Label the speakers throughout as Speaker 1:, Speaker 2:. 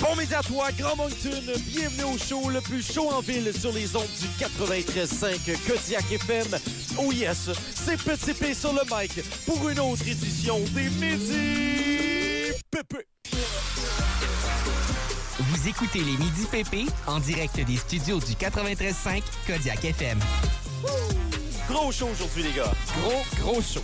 Speaker 1: Bon midi à toi, Grand Moncton. Bienvenue au show le plus chaud en ville sur les ondes du 93.5 Kodiak FM. Oh yes, c'est Petit P sur le mic pour une autre édition des Midi Pépé.
Speaker 2: Vous écoutez les Midi PP en direct des studios du 93.5 Kodiak FM.
Speaker 1: Gros show aujourd'hui, les gars. Gros, gros show.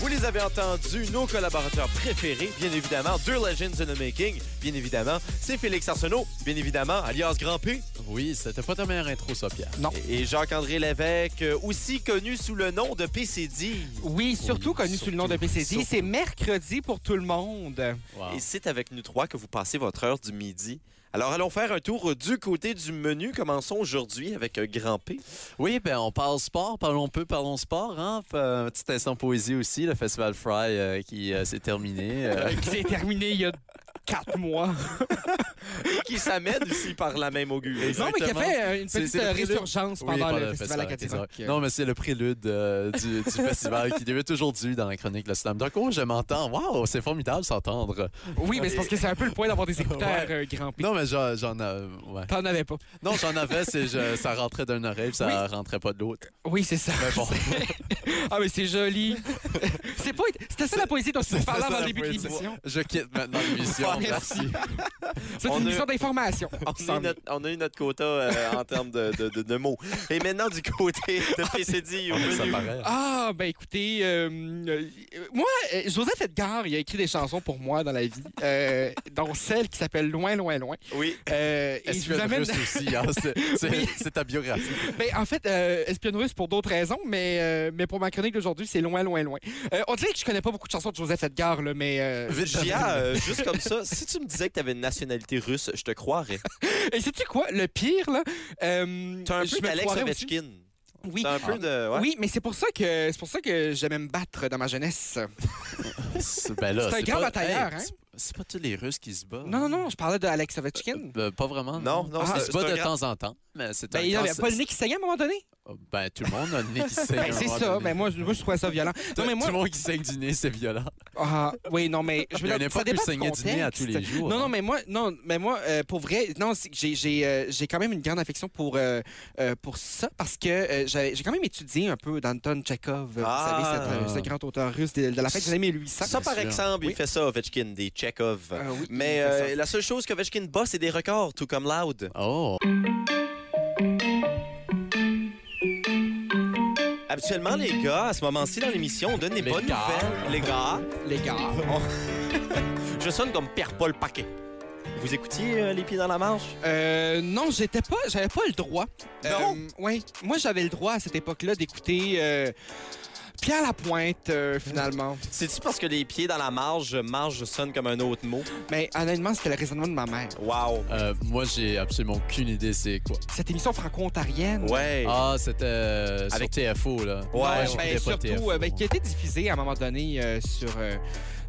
Speaker 1: Vous les avez entendus, nos collaborateurs préférés, bien évidemment, deux Legends in the Making, bien évidemment. C'est Félix Arsenault, bien évidemment, alias Grand P.
Speaker 3: Oui, c'était pas ta meilleure intro, ça, Pierre.
Speaker 2: Non.
Speaker 1: Et et Jacques-André Lévesque, euh, aussi connu sous le nom de PCD.
Speaker 2: Oui, surtout
Speaker 3: Oui,
Speaker 2: connu sous le nom de
Speaker 3: surtout,
Speaker 2: PCD.
Speaker 3: surtout.
Speaker 2: C'est mercredi pour tout le monde.
Speaker 3: Wow.
Speaker 1: Ah. Et c'est avec nous trois que vous passez votre heure du midi. Alors, allons faire un tour du côté du menu. Commençons aujourd'hui avec un grand P.
Speaker 3: Oui, ben on parle sport, parlons peu, parlons sport. Hein? F- euh, petit instant poésie aussi, le Festival Fry euh, qui euh, s'est terminé. euh,
Speaker 2: C'est terminé il y a quatre mois.
Speaker 1: Qui s'amène aussi par la même augure.
Speaker 3: Exact.
Speaker 2: Non, mais qui a
Speaker 3: Exactement.
Speaker 2: fait euh, une
Speaker 3: C'est-
Speaker 2: petite
Speaker 3: c'est le
Speaker 2: euh,
Speaker 3: prélude.
Speaker 2: résurgence
Speaker 3: oui,
Speaker 2: pendant
Speaker 3: par
Speaker 2: le festival
Speaker 3: c'est
Speaker 2: académique. euh.
Speaker 3: vrai. Non, mais c'est le prélude euh, du, du festival qui débute aujourd'hui dans la chronique Le Slam. Donc, oh, je m'entends. Waouh, c'est formidable de s'entendre.
Speaker 2: Oui, mais c'est parce que c'est un peu le point d'avoir des écouteurs euh, Grand P.
Speaker 3: Non, mais j'en j'en a- ouais.
Speaker 2: T'en avais pas.
Speaker 3: Non, j'en avais, c'est je- ça rentrait d'une oreille, puis ça rentrait pas de l'autre.
Speaker 2: Oui, c'est ça.
Speaker 3: Mais Ben bon.
Speaker 2: Ah, mais c'est joli. c'est pas... C'était ça la poésie dont tu nous parlais
Speaker 3: Ça, ça,
Speaker 2: avant le
Speaker 3: la
Speaker 2: début de
Speaker 3: poésie.
Speaker 2: l'émission.
Speaker 3: Je quitte maintenant l'émission.
Speaker 2: Ah, merci. C'est
Speaker 1: On
Speaker 2: une
Speaker 1: a-
Speaker 2: émission d'information.
Speaker 1: On a, eu notre, on a eu notre quota euh, en termes de, de- de- de mots. Et maintenant, du côté de PCD au
Speaker 3: On est ça
Speaker 1: menu.
Speaker 3: pareil.
Speaker 2: Ah, ben écoutez, euh, euh, moi, euh, Joseph Edgar, il a écrit des chansons pour moi dans la vie, euh, dont celle qui s'appelle Loin, Loin, Loin.
Speaker 1: Oui,
Speaker 2: Euh, et je vous
Speaker 3: Espion
Speaker 2: amène-
Speaker 3: russe aussi, hein, c'est- c'est
Speaker 2: Oui.
Speaker 3: c'est ta biographie.
Speaker 2: Ben, en fait, euh, espionne russe pour d'autres raisons, mais, euh, mais pour ma chronique d'aujourd'hui, c'est Loin, Loin, Loin. Euh, on dirait que je connais pas beaucoup de chansons de Joseph Edgar, là, mais. euh,
Speaker 1: Gia, euh, juste comme ça, si tu me disais que tu avais une nationalité russe, je te croirais.
Speaker 2: Et sais-tu quoi? Le pire, là. Euh,
Speaker 1: T'as un
Speaker 2: je
Speaker 1: peu
Speaker 2: me
Speaker 1: d'Alex
Speaker 2: croirais aussi-
Speaker 1: Ovechkin.
Speaker 2: Oui. Ah.
Speaker 1: T'as un peu de... ouais.
Speaker 2: Oui, mais c'est pour ça que c'est pour ça que j'aimais me battre dans ma jeunesse.
Speaker 3: C'est ben là,
Speaker 2: C'est un grand
Speaker 3: pas-
Speaker 2: batailleur,
Speaker 3: hey,
Speaker 2: hein?
Speaker 3: c'est- C'est pas tous les Russes qui se battent.
Speaker 2: Non, non, non, je parlais de Alex Ovechkin.
Speaker 3: Euh, pas vraiment.
Speaker 1: Non, non,
Speaker 2: Ah,
Speaker 1: c'est-
Speaker 3: Ils se battent
Speaker 1: c'est un
Speaker 3: de
Speaker 1: grand-
Speaker 3: temps en temps, mais c'est
Speaker 2: Ben,
Speaker 3: un
Speaker 2: il
Speaker 3: grand-
Speaker 2: n'avait pas le nez qui saignait à un moment donné.
Speaker 3: Ben, tout le monde a le nez qui saigne.
Speaker 2: Ben, c'est ça. Ben, moi, je, moi, je trouvais ça violent. Non, mais moi.
Speaker 3: Tout le monde qui saigne du nez, c'est violent.
Speaker 2: Ah, oui, non, mais. Je
Speaker 3: Il y a
Speaker 2: veux
Speaker 3: une
Speaker 2: dire, ça
Speaker 3: époque où
Speaker 2: dépend du
Speaker 3: saignait du nez à
Speaker 2: contexte.
Speaker 3: tous les jours.
Speaker 2: Non, non,
Speaker 3: hein.
Speaker 2: mais moi, non, mais moi, euh, pour vrai, non, c'est que j'ai, j'ai, euh, j'ai quand même une grande affection pour, euh, euh, pour ça parce que euh, j'ai, j'ai quand même étudié un peu d'Anton Tchekhov, euh, vous
Speaker 1: Ah.
Speaker 2: savez, cette, euh, ce grand auteur russe de, de la fête des années 1800.
Speaker 1: Ça, par
Speaker 3: Bien sûr.
Speaker 1: exemple, il
Speaker 2: Oui.
Speaker 1: fait ça, Ovechkin, des Chekhov.
Speaker 2: Euh, oui,
Speaker 1: Mais
Speaker 2: c'est ça.
Speaker 1: euh, la seule chose qu'Ovechkin bat, c'est des records, tout comme Loud.
Speaker 3: Oh,
Speaker 1: Habituellement, les gars, à ce moment-ci dans l'émission, on donne des
Speaker 3: Les
Speaker 1: bonnes
Speaker 3: gars.
Speaker 1: nouvelles. Les gars,
Speaker 2: les gars.
Speaker 1: je sonne comme Pierre Paul Paquet. Vous écoutiez euh, Les Pieds dans la Marche?
Speaker 2: Euh, non, j'étais pas, j'avais pas le droit.
Speaker 1: Non?
Speaker 2: Euh, ouais, moi j'avais le droit à cette époque-là d'écouter euh, Pierre Lapointe euh, finalement.
Speaker 1: C'est-tu parce que Les Pieds dans la Marge, marge sonne comme un autre mot?
Speaker 2: Mais honnêtement, c'était le raisonnement de ma mère.
Speaker 1: Wow!
Speaker 3: euh, moi, j'ai absolument aucune idée c'est quoi.
Speaker 2: Cette émission franco-ontarienne.
Speaker 1: Ouais!
Speaker 3: Ah, c'était euh, sur
Speaker 1: Avec-
Speaker 3: TFO, là.
Speaker 1: Ouais,
Speaker 2: Ouais, ben,
Speaker 3: je regardais pas
Speaker 2: surtout,
Speaker 3: TFO.
Speaker 2: euh, ben, qui a été diffusée à un moment donné euh, sur euh,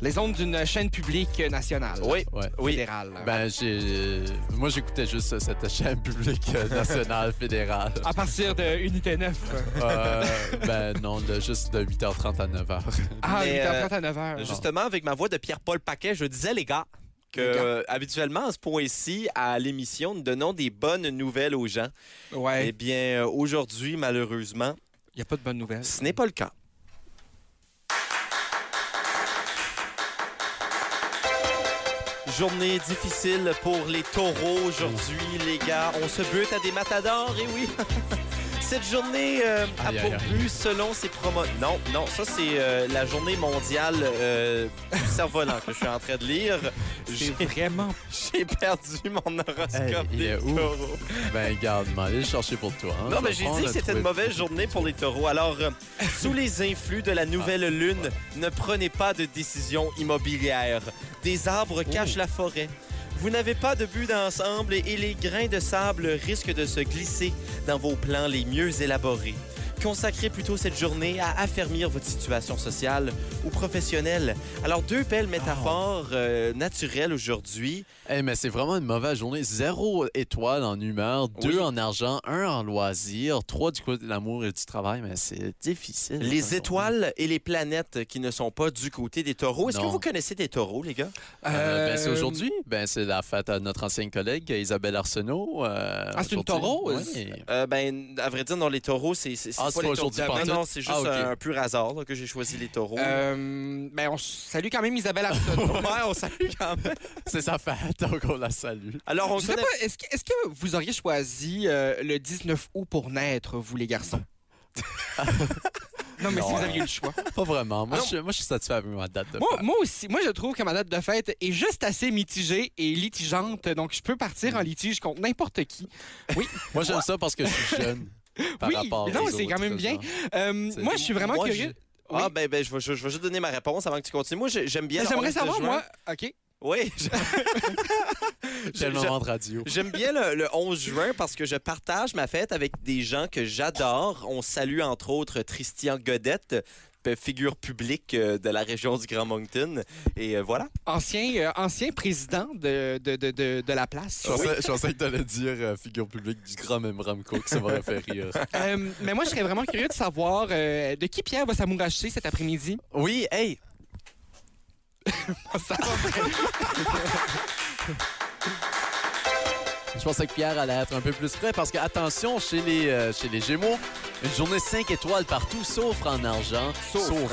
Speaker 2: les ondes d'une chaîne publique euh, nationale.
Speaker 1: Oui,
Speaker 3: Ouais.
Speaker 1: oui.
Speaker 2: Fédérale.
Speaker 3: Ben, j'ai... euh, Moi, j'écoutais juste euh, cette chaîne publique euh, nationale fédérale.
Speaker 2: À partir de Unité 9.
Speaker 3: Euh, ben non, de- juste de 8h30 à 9h.
Speaker 2: ah,
Speaker 1: Mais,
Speaker 2: Unité
Speaker 1: euh,
Speaker 2: 30 à 9h.
Speaker 1: Justement, avec ma voix de Pierre-Paul Paquet, je disais, les gars, que
Speaker 2: Les gars.
Speaker 1: euh, habituellement, à ce point-ci, à l'émission, nous donnons des bonnes nouvelles aux gens. Eh
Speaker 2: Ah, Ouais,
Speaker 1: bien, euh, aujourd'hui, malheureusement,
Speaker 2: il n'y a pas de bonnes nouvelles.
Speaker 1: ce n'est pas le cas. Journée difficile pour les taureaux aujourd'hui, les gars. On se bute à des matadors, et oui. Cette journée euh, a
Speaker 3: Aïe, aïe,
Speaker 1: pour
Speaker 3: aïe.
Speaker 1: but, selon ses promos... Non, non, ça c'est euh, la journée mondiale euh, du cerf-volant que je suis en train de lire.
Speaker 2: C'est
Speaker 1: J'ai
Speaker 2: vraiment.
Speaker 1: j'ai perdu mon horoscope
Speaker 3: Hey, il
Speaker 1: des
Speaker 3: est où?
Speaker 1: taureaux.
Speaker 3: Ben, garde, m'en aller le chercher pour toi. hein.
Speaker 1: Non,
Speaker 3: Je
Speaker 1: mais
Speaker 3: vais
Speaker 1: j'ai
Speaker 3: prendre
Speaker 1: dit que
Speaker 3: le
Speaker 1: c'était une
Speaker 3: trouver.
Speaker 1: mauvaise journée pour les taureaux. Alors, euh, sous les influx de la
Speaker 3: Ah.
Speaker 1: nouvelle lune, ne prenez pas de décision immobilière. Des arbres
Speaker 3: Oh.
Speaker 1: cachent la forêt. Vous n'avez pas de but d'ensemble et- et les grains de sable risquent de se glisser dans vos plans les mieux élaborés. Consacrez plutôt cette journée à affermir votre situation sociale ou professionnelle. Alors, deux belles
Speaker 3: Ah.
Speaker 1: métaphores euh, naturelles aujourd'hui.
Speaker 3: Eh, mais c'est vraiment une mauvaise journée. Zéro étoile en humeur, deux en argent, un en loisir, trois du côté de l'amour et du travail. Mais c'est difficile. hein, comme
Speaker 1: Les
Speaker 3: journée.
Speaker 1: étoiles et les planètes qui ne sont pas du côté des taureaux. Est-ce que
Speaker 3: Non.
Speaker 1: vous connaissez des taureaux, les gars?
Speaker 3: Euh, ben, c'est
Speaker 2: Euh,
Speaker 3: aujourd'hui. Ben, c'est la fête à notre ancienne collègue Isabelle Arsenault. euh,
Speaker 2: Ah, c'est une
Speaker 3: aujourd'hui.
Speaker 2: taureau?
Speaker 3: Ouais.
Speaker 1: Euh, ben, à vrai dire, non, les taureaux, c'est c'est- c'est
Speaker 3: Ah, c'est
Speaker 1: pas les
Speaker 3: pas
Speaker 1: taureaux.
Speaker 3: aujourd'hui, pas en
Speaker 1: Non,
Speaker 3: tout.
Speaker 1: non, c'est juste
Speaker 3: Ah, ok.
Speaker 1: un pur hasard là, que j'ai choisi les taureaux.
Speaker 2: Euh, ben, on salue quand même Isabelle Arsenault.
Speaker 1: Ouais, on salue quand même.
Speaker 3: C'est sa fête, donc on la salue.
Speaker 1: Alors, on
Speaker 2: Je sais
Speaker 1: connaît...
Speaker 2: pas, est-ce que, est-ce que vous auriez choisi euh, le 19 août pour naître, vous les garçons? non, mais si
Speaker 3: Non.
Speaker 2: vous aviez eu le choix.
Speaker 3: Pas vraiment. Moi,
Speaker 2: Ah, non.
Speaker 3: je, moi, je suis satisfait avec ma date de
Speaker 2: Moi,
Speaker 3: fête.
Speaker 2: moi aussi, moi je trouve que ma date de fête est juste assez mitigée et litigeante, donc je peux partir en
Speaker 1: Mm.
Speaker 2: litige contre n'importe qui.
Speaker 3: Moi, j'aime ça parce que je suis jeune. Par
Speaker 2: Oui,
Speaker 3: rapport
Speaker 2: non,
Speaker 3: aux
Speaker 2: c'est quand
Speaker 3: autres,
Speaker 2: même bien.
Speaker 3: genre.
Speaker 2: Euh,
Speaker 3: C'est-
Speaker 2: moi, je suis vraiment
Speaker 1: Moi,
Speaker 2: curieux. Oui.
Speaker 1: Ah, ben, ben je, vais, je, je vais juste donner ma réponse avant que tu continues. Moi, j'ai- j'aime bien. le
Speaker 2: J'aimerais
Speaker 1: 11 de
Speaker 2: savoir,
Speaker 1: juin.
Speaker 2: moi. OK.
Speaker 1: Oui, je-
Speaker 3: Quel
Speaker 1: je-
Speaker 3: moment de radio.
Speaker 1: j'aime bien le, le 11 juin parce que je partage ma fête avec des gens que j'adore. On salue entre autres Christian Godette, euh, figure publique euh, de la région du Grand Moncton. Et euh, voilà.
Speaker 2: Ancien, euh, ancien président de, de, de, de, de la place.
Speaker 3: Je
Speaker 1: Ah
Speaker 3: pensais, je pensais que t'allais dire euh, figure publique du grand même Ramco, que ça m'aurait fait rire.
Speaker 2: Euh, mais moi, je serais vraiment curieux de savoir euh, de qui Pierre va s'amouracher cet après-midi.
Speaker 1: Oui, hey,
Speaker 2: Ça va bien.
Speaker 3: Je pensais que Pierre allait être un peu plus près parce que, attention, chez les, euh, chez les Gémeaux, une journée 5 étoiles partout, sauf en argent.
Speaker 2: Sauf.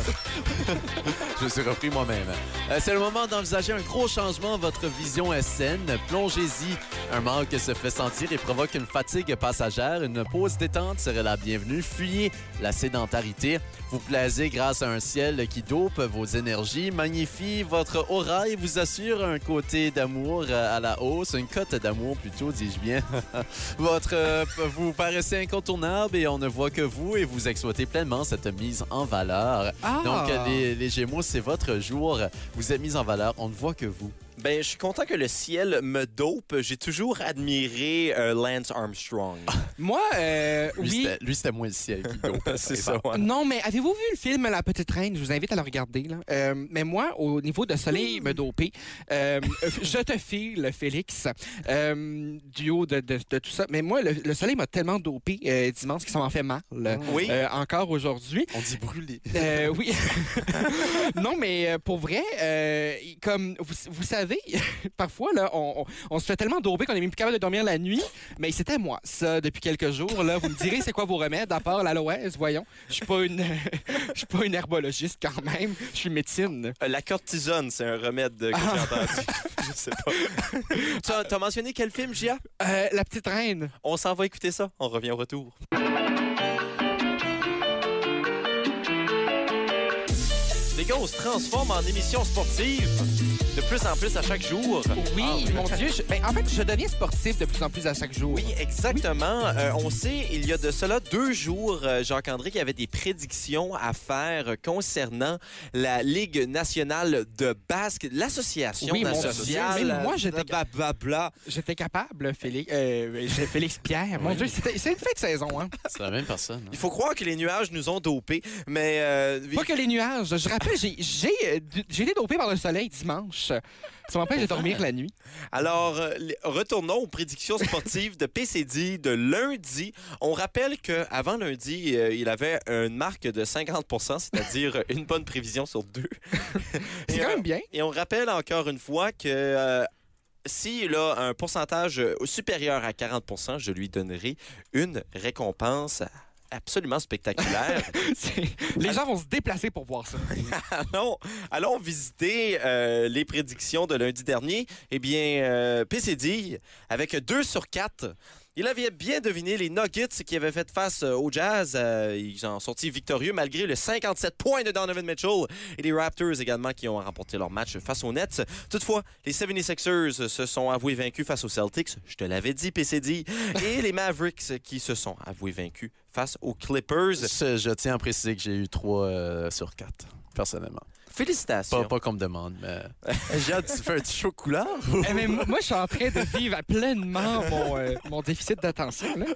Speaker 3: Je me suis repris moi-même. Euh, c'est le moment d'envisager un gros changement à votre vision SN. Plongez-y. Un manque se fait sentir et provoque une fatigue passagère. Une pause détente serait la bienvenue. Fuyez la sédentarité. Vous plaisez grâce à un ciel qui dope vos énergies, magnifie votre aura et vous assure un côté d'amour euh, à la hausse, une cote d'amour plutôt, dis-je bien. votre, euh, p- vous paraissez incontournable et on ne voit que vous et vous exploitez pleinement cette mise en valeur.
Speaker 2: Ah.
Speaker 3: Donc euh, les, les Gémeaux, c'est votre jour. Vous êtes mis en valeur, on ne voit que vous.
Speaker 1: ben, je suis content que le ciel me dope. J'ai toujours admiré euh, Lance Armstrong.
Speaker 2: Moi, euh,
Speaker 3: Lui,
Speaker 2: oui.
Speaker 3: c'était- lui, c'était moins le ciel qui dope.
Speaker 2: Ah,
Speaker 3: par exemple.
Speaker 1: ouais.
Speaker 2: Non, mais avez-vous vu le film La Petite Reine? Je vous invite à le regarder. Là. Euh, mais moi, au niveau de soleil me doper, euh, je te file, Félix, euh, du haut de, de- de tout ça. Mais moi, le, le soleil m'a tellement dopé euh, dimanche que ça m'en fait mal.
Speaker 1: Ah Oui.
Speaker 2: euh, encore aujourd'hui.
Speaker 3: On dit brûlé.
Speaker 2: Euh, oui. non, mais euh, pour vrai, euh, comme vous, vous savez, parfois, là, on, on- on se fait tellement doper qu'on est même plus capable de dormir la nuit. Mais c'était moi, ça, depuis quelques jours. Là. Vous me direz, c'est quoi vos remèdes, à part l'aloès, voyons. Je suis pas une je suis pas une herbologiste quand même. Je suis médecine.
Speaker 1: Euh, La cortisone, c'est un remède euh, que j'ai entendu. je sais pas. tu as, t'as mentionné quel film, Gia?
Speaker 2: Euh, la petite reine.
Speaker 1: On s'en va écouter ça. On revient au retour. Les gars, on se transforme en émission sportive de plus en plus à chaque jour. Ah,
Speaker 2: Oui, mon Dieu. je- ben, en fait, je deviens sportif de plus en plus à chaque jour.
Speaker 1: Oui, exactement. Euh, on sait, il y a de cela deux jours, euh, Jacques-André, qu'il y avait des prédictions à faire concernant la Ligue nationale de basque, l'association
Speaker 2: Oui, mon Dieu,
Speaker 1: nationale.
Speaker 2: même moi, j'étais-
Speaker 1: Blablabla.
Speaker 2: J'étais capable, Félix, euh, j'ai- Félix Pierre. Mon Dieu, c'était- c'est une fête de saison. Hein.
Speaker 3: C'est la même personne.
Speaker 1: Il faut croire que les nuages nous ont dopés, mais... euh,
Speaker 2: Pas que les nuages. Je rappelle, j'ai j'ai, euh, du- j'ai été dopé par le soleil dimanche. Ça m'empêche de dormir la nuit.
Speaker 1: Alors, euh, les- retournons aux prédictions sportives de PCD de lundi. On rappelle qu'avant lundi, euh, il avait une marque de 50 c'est-à-dire une bonne prévision sur deux.
Speaker 2: C'est
Speaker 1: Et,
Speaker 2: quand
Speaker 1: euh,
Speaker 2: même bien.
Speaker 1: Et on rappelle encore une fois que euh, s'il a un pourcentage euh, supérieur à 40 je lui donnerai une récompense absolument spectaculaire.
Speaker 2: C'est- Les gens vont se déplacer pour voir ça.
Speaker 1: allons, allons visiter euh, les prédictions de lundi dernier. Eh bien, euh, PCD, avec 2 sur 4, il avait bien deviné les Nuggets qui avaient fait face euh, au Jazz. Euh, ils en sont sortis victorieux malgré le 57 points de Donovan Mitchell et les Raptors également qui ont remporté leur match face aux Nets. Toutefois, les 76ers se sont avoués vaincus face aux Celtics, je te l'avais dit PCD, et les Mavericks qui se sont avoués vaincus face aux Clippers.
Speaker 3: Je, je tiens à préciser que j'ai eu 3 sur 4, euh, personnellement.
Speaker 1: Félicitations.
Speaker 3: Pas, pas qu'on me demande, mais. Jade, tu fais un petit show couleur?
Speaker 2: Eh, mais moi, je suis en train de vivre à pleinement mon, euh, mon déficit d'attention. là.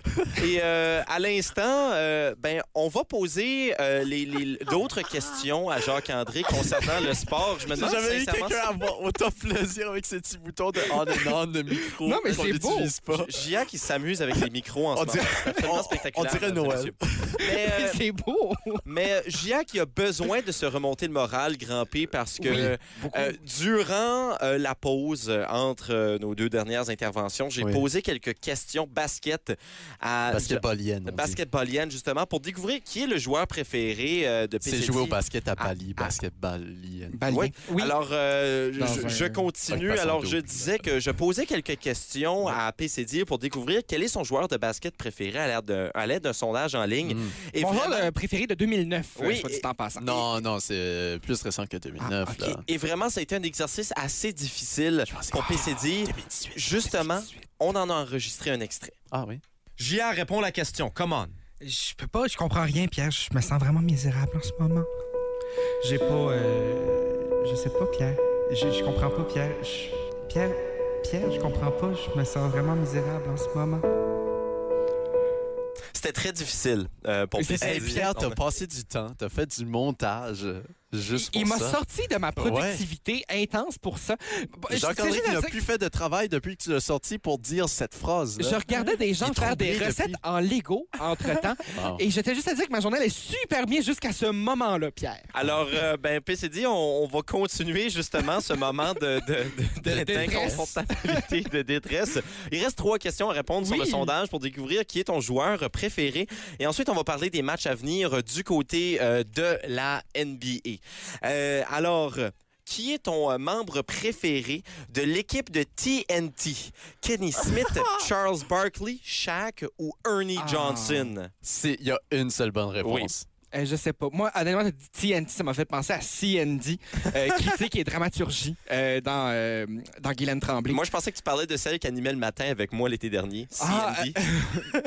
Speaker 1: Et euh, à l'instant, euh, ben, on va poser euh, les, les- d'autres questions à Jacques-André concernant le sport. Je me demande
Speaker 3: J'avais eu
Speaker 1: sincèrement
Speaker 3: quelqu'un avoir autant de plaisir avec ces petits boutons de on and on de micro.
Speaker 2: Non, mais
Speaker 3: qu'on
Speaker 2: c'est beau.
Speaker 3: n'utilise pas.
Speaker 1: Gia qui s'amuse avec les micros en
Speaker 3: On
Speaker 1: ce moment.
Speaker 3: dirait-
Speaker 1: C'est absolument
Speaker 3: on-
Speaker 1: spectaculaire,
Speaker 3: on dirait
Speaker 1: mesdames et
Speaker 3: Noël.
Speaker 1: messieurs. Mais, euh,
Speaker 2: C'est beau.
Speaker 1: mais euh, Gia qui a besoin de se remonter le moral, Grand P, parce que
Speaker 2: Oui,
Speaker 1: euh,
Speaker 2: beaucoup.
Speaker 1: euh, durant euh, la pause euh, entre euh, nos deux dernières interventions, j'ai
Speaker 3: Oui.
Speaker 1: posé quelques questions basket
Speaker 3: ah,
Speaker 1: à
Speaker 3: Basketballienne. on dit.
Speaker 1: basketballienne justement pour découvrir qui est le joueur préféré euh, de
Speaker 3: C'est
Speaker 1: PCD.
Speaker 3: jouer au basket à
Speaker 1: Ah,
Speaker 3: Bali,
Speaker 1: ah.
Speaker 3: basketballienne.
Speaker 2: Balien.
Speaker 1: oui.
Speaker 2: Oui.
Speaker 1: Alors, euh,
Speaker 2: Dans
Speaker 1: je,
Speaker 2: un-
Speaker 1: je continue.
Speaker 3: Avec Vincent
Speaker 1: Alors, je
Speaker 3: Doux.
Speaker 1: disais que je posais quelques questions à PCD pour découvrir quel est son joueur de basket préféré à l'aide d'un- à l'aide d'un sondage en ligne.
Speaker 3: Mm.
Speaker 1: Et
Speaker 2: mon
Speaker 1: vraiment-
Speaker 2: rôle euh, préféré de 2009, euh,
Speaker 1: Oui,
Speaker 2: soit dit
Speaker 1: et-
Speaker 2: en passant.
Speaker 3: Non, non, c'est euh, plus récent que 2009.
Speaker 2: Ah,
Speaker 3: là.
Speaker 1: Et, et vraiment, ça a été un exercice assez difficile pour PCD. Justement, on en a enregistré un extrait.
Speaker 3: Ah oui.
Speaker 1: JR répond la question. Come on.
Speaker 4: Je peux pas, je comprends rien, Pierre. Je me sens vraiment misérable en ce moment. J'ai pas. euh, je sais pas, Pierre. Je, je comprends pas, Pierre. Je- Pierre, Pierre, je comprends pas. Je me sens vraiment misérable en ce moment.
Speaker 1: C'était très difficile euh, pour PCD.
Speaker 3: Hey, Pierre, t'as passé du temps, t'as fait du montage juste
Speaker 2: Il il
Speaker 3: pour
Speaker 2: m'a
Speaker 3: ça.
Speaker 2: sorti de ma productivité intense pour ça. Bah, je- c'est
Speaker 3: Jean-André
Speaker 2: juste
Speaker 3: qui n'a
Speaker 2: à dire
Speaker 3: plus fait de travail depuis que tu l'as sorti pour dire cette phrase.
Speaker 2: que Je regardais des gens
Speaker 3: est
Speaker 2: faire des
Speaker 3: troublé
Speaker 2: recettes
Speaker 3: depuis.
Speaker 2: en Lego entre-temps et j'étais juste à dire que ma journée allait super bien jusqu'à ce moment-là, Pierre.
Speaker 1: Alors, euh, ben, PCD, on, on va continuer justement ce moment de, de, de-
Speaker 2: De détresse.
Speaker 1: d'inconfortabilité, de détresse. Il reste trois questions à répondre sur
Speaker 2: Oui.
Speaker 1: le sondage pour découvrir qui est ton joueur préféré. Et ensuite, on va parler des matchs à venir du côté euh, de la NBA. Euh, alors. Qui est ton euh, membre préféré de l'équipe de TNT? Kenny Smith, Charles Barkley, Shaq ou Ernie
Speaker 2: Ah.
Speaker 1: Johnson?
Speaker 3: C'est- Il y a une seule bonne réponse.
Speaker 2: Euh, je sais pas. Moi, honnêtement, TNT, ça m'a fait penser à CND, euh, critique et dramaturgie euh, dans, euh, dans Guylaine Tremblay.
Speaker 1: Moi, je pensais que tu parlais de celle qui animait le matin avec moi l'été dernier.
Speaker 2: Ah,
Speaker 1: CND.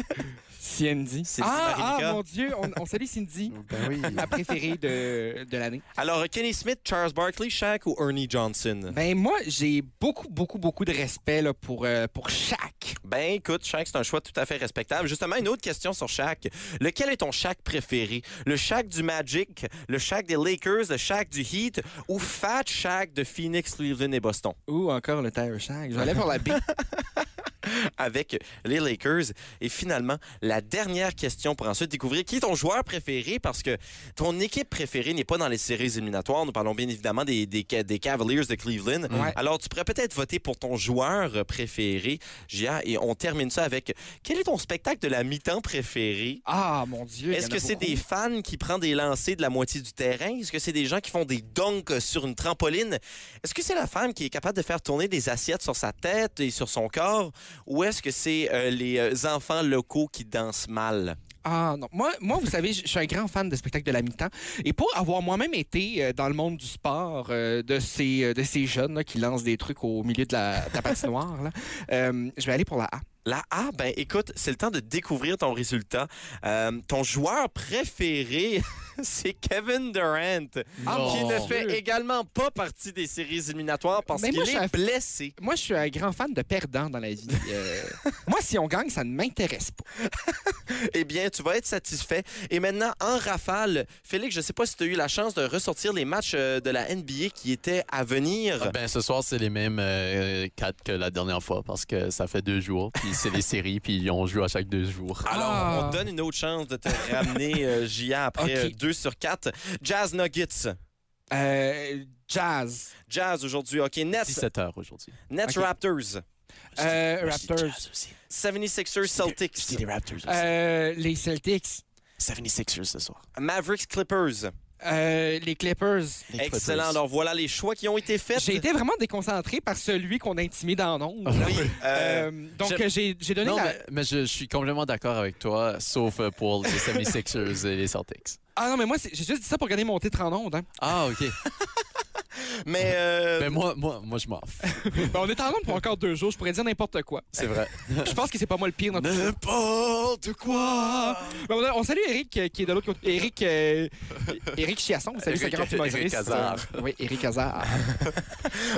Speaker 2: Cindy.
Speaker 1: Cindy
Speaker 2: ah,
Speaker 1: Marinica.
Speaker 2: ah, mon Dieu, on, on salue Cindy,
Speaker 3: Ben oui.
Speaker 2: ma préférée de, de l'année.
Speaker 1: Alors, euh, Kenny Smith, Charles Barkley, Shaq ou Ernie Johnson?
Speaker 2: Ben moi, j'ai beaucoup, beaucoup, beaucoup de respect là, pour, euh, pour Shaq.
Speaker 1: Ben, écoute, Shaq, c'est un choix tout à fait respectable. Justement, une autre question sur Shaq. Lequel est ton Shaq préféré? Le Shaq du Magic, le Shaq des Lakers, le Shaq du Heat ou Fat Shaq de Phoenix, Cleveland et Boston?
Speaker 2: Ou encore le Tire Shaq. J'allais pour la B.
Speaker 1: Avec les Lakers. Et finalement, la dernière question pour ensuite découvrir qui est ton joueur préféré parce que ton équipe préférée n'est pas dans les séries éliminatoires. Nous parlons bien évidemment des, des, Ca- des Cavaliers de Cleveland.
Speaker 2: Ouais.
Speaker 1: Alors, tu pourrais peut-être voter pour ton joueur préféré, Gia, et on termine ça avec quel est ton spectacle de la mi-temps préféré?
Speaker 2: Ah, mon Dieu. il y
Speaker 1: Est-ce
Speaker 2: en a
Speaker 1: que c'est
Speaker 2: beaucoup.
Speaker 1: des fans qui prennent des lancers de la moitié du terrain? Est-ce que c'est des gens qui font des dunks sur une trampoline? Est-ce que c'est la femme qui est capable de faire tourner des assiettes sur sa tête et sur son corps? Ou est-ce que c'est euh, les euh, enfants locaux qui dansent mal?
Speaker 2: Ah non. Moi, moi vous savez, je je suis un grand fan de spectacles de la mi-temps. Et pour avoir moi-même été euh, dans le monde du sport, euh, de, ces, euh, de ces jeunes là, qui lancent des trucs au milieu de la, de la patinoire, là, euh, je vais aller pour la A.
Speaker 1: La A, ben écoute, c'est le temps de découvrir ton résultat. Euh, ton joueur préféré, c'est Kevin Durant.
Speaker 2: Ah,
Speaker 3: Non.
Speaker 1: qui ne
Speaker 2: Mon
Speaker 1: fait
Speaker 2: Dieu.
Speaker 1: également pas partie des séries éliminatoires parce
Speaker 2: Mais
Speaker 1: qu'il
Speaker 2: moi,
Speaker 1: est
Speaker 2: je suis-
Speaker 1: blessé.
Speaker 2: Moi, je suis un grand fan de perdants dans la vie. Euh, moi, si on gagne, ça ne m'intéresse pas.
Speaker 1: Eh bien, tu vas être satisfait. Et maintenant, en rafale, Félix, je sais pas si tu as eu la chance de ressortir les matchs euh, de la NBA qui étaient à venir.
Speaker 3: Ah ben, ce soir, c'est les mêmes euh, quatre que la dernière fois parce que ça fait deux jours. Puis c'est les séries, puis on joue à chaque deux jours.
Speaker 1: Alors,
Speaker 2: Ah.
Speaker 1: on te donne une autre chance de te ramener euh, J.A. après
Speaker 2: Ok.
Speaker 1: 2 sur 4. Jazz Nuggets.
Speaker 2: Euh, jazz.
Speaker 1: Jazz aujourd'hui. OK,
Speaker 2: Ah,
Speaker 1: Nets,
Speaker 3: 17 heures aujourd'hui.
Speaker 1: Nets
Speaker 2: Ok.
Speaker 1: Raptors.
Speaker 3: Ah,
Speaker 2: Euh, Raptors.
Speaker 1: 76ers Celtics.
Speaker 2: Euh, les Celtics.
Speaker 1: Mavericks Clippers.
Speaker 2: Euh, les Clippers.
Speaker 1: Excellent. Alors voilà les choix qui ont été faits.
Speaker 2: J'ai été vraiment déconcentré par celui qu'on intimide en ondes.
Speaker 1: Oui, euh,
Speaker 2: Euh, donc,
Speaker 1: j'aime-
Speaker 2: euh, j'ai j'ai donné
Speaker 3: Ah. Non,
Speaker 2: la...
Speaker 3: mais, mais je, je suis complètement d'accord avec toi, sauf euh, pour les 76ers et les Celtics.
Speaker 2: Ah non, mais moi, c'est- j'ai juste dit ça pour gagner mon titre en ondes. hein.
Speaker 3: Ah, OK.
Speaker 1: Mais euh,
Speaker 3: Ben moi, moi, moi, je m'en fous.
Speaker 2: Ben, on est en nombre pour encore deux jours. Je pourrais dire n'importe quoi.
Speaker 3: C'est vrai.
Speaker 2: Je pense que c'est pas moi le pire. dans tout ça.
Speaker 3: N'importe quoi!
Speaker 2: Ben, on, a- on salue Eric euh, qui est de l'autre côté. Eric, euh, Eric Chiasson. Salut,
Speaker 3: Éric-
Speaker 2: sa grande
Speaker 3: Éric
Speaker 2: humoriste.
Speaker 3: Hazard. Ah,
Speaker 2: Euh, Oui, Eric Hazard.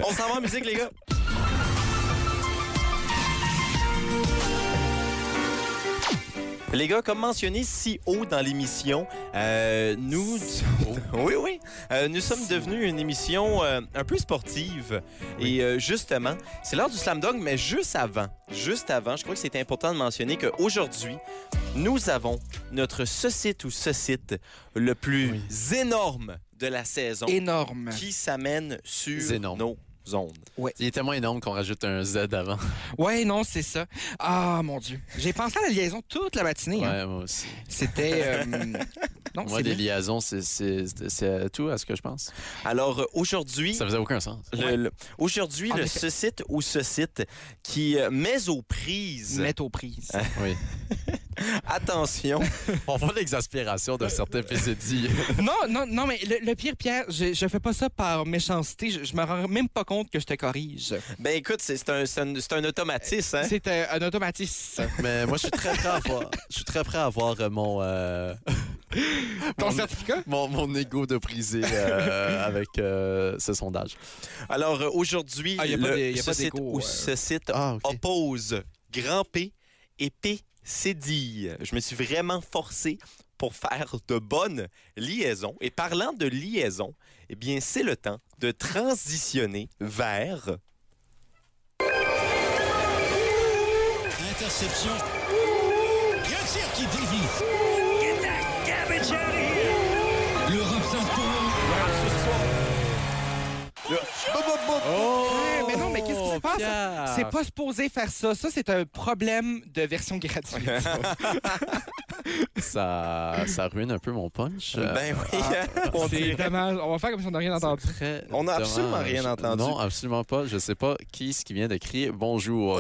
Speaker 1: on s'en va en musique, les gars. Les gars, comme mentionné si haut dans l'émission, euh, nous... Oui, oui. Euh, nous sommes devenus une émission euh, un peu sportive. Et euh, justement, c'est l'heure du slam dunk, mais juste avant, juste avant, je crois que c'est important de mentionner qu'aujourd'hui, nous avons notre socite ou socite le plus énorme de la saison
Speaker 2: Énorme.
Speaker 1: qui s'amène sur
Speaker 3: C'est énorme.
Speaker 1: nos zones.
Speaker 3: Il est tellement énorme qu'on rajoute un Z avant.
Speaker 2: Ouais, non, c'est ça. Ah, mon Dieu. J'ai pensé à la liaison toute la matinée. hein.
Speaker 3: Ouais, moi aussi.
Speaker 2: C'était. euh, non,
Speaker 3: Moi,
Speaker 2: c'est
Speaker 3: les
Speaker 2: bien.
Speaker 3: liaisons, c'est- c'est c'est tout à ce que je pense.
Speaker 1: Alors euh, aujourd'hui,
Speaker 3: Ça faisait aucun sens.
Speaker 1: le- le- aujourd'hui
Speaker 2: En
Speaker 1: le
Speaker 2: effet.
Speaker 1: ce site ou ce site qui euh, met aux prises,
Speaker 2: Mettre aux prises.
Speaker 3: Oui.
Speaker 1: attention,
Speaker 3: On voit l'exaspération de certains PCD.
Speaker 2: non, non, non, mais le, le pire, Pierre, je, je fais pas ça par méchanceté. Je, je me rends même pas compte que je te corrige.
Speaker 3: Hein?
Speaker 1: ben écoute, c'est c'est un, c'est un- c'est un automatisme. hein?
Speaker 2: C'est euh, un automatisme.
Speaker 3: Mais moi, je suis très prêt à voir. Je suis très prêt à voir euh, mon, euh,
Speaker 2: Ton
Speaker 3: Mon-
Speaker 2: certificat?
Speaker 3: mon, mon ego de brisé euh, avec euh, ce sondage.
Speaker 1: Alors euh, aujourd'hui,
Speaker 2: Ah, y a pas des-
Speaker 1: le
Speaker 2: y a
Speaker 1: ce
Speaker 2: pas
Speaker 1: site
Speaker 2: d'écho,
Speaker 1: ou
Speaker 2: euh.
Speaker 1: ce site
Speaker 3: Ah, OK.
Speaker 1: oppose grand P et P c'est dit. Je me suis vraiment forcé pour faire de bonnes liaisons. Et parlant de liaison, eh bien c'est le temps de transitionner vers
Speaker 5: Interception. Bien sûr qui dévie. Get that garbage out of here. L'Europe sans pour
Speaker 2: Eh, mais non, mais qu'est-ce qui se passe?
Speaker 3: Oh, Pierre!
Speaker 2: C'est pas supposé faire ça. Ça, c'est un problème de version gratuite.
Speaker 3: Ça, ça ruine un peu mon punch. Euh,
Speaker 1: Ben oui, on
Speaker 2: c'est
Speaker 1: dirait.
Speaker 2: dommage. On va faire comme si on n'a rien entendu.
Speaker 3: très
Speaker 1: On n'a absolument
Speaker 3: dommage.
Speaker 1: rien entendu.
Speaker 3: Non, absolument pas. Je sais pas qui ce qui vient de crier bonjour.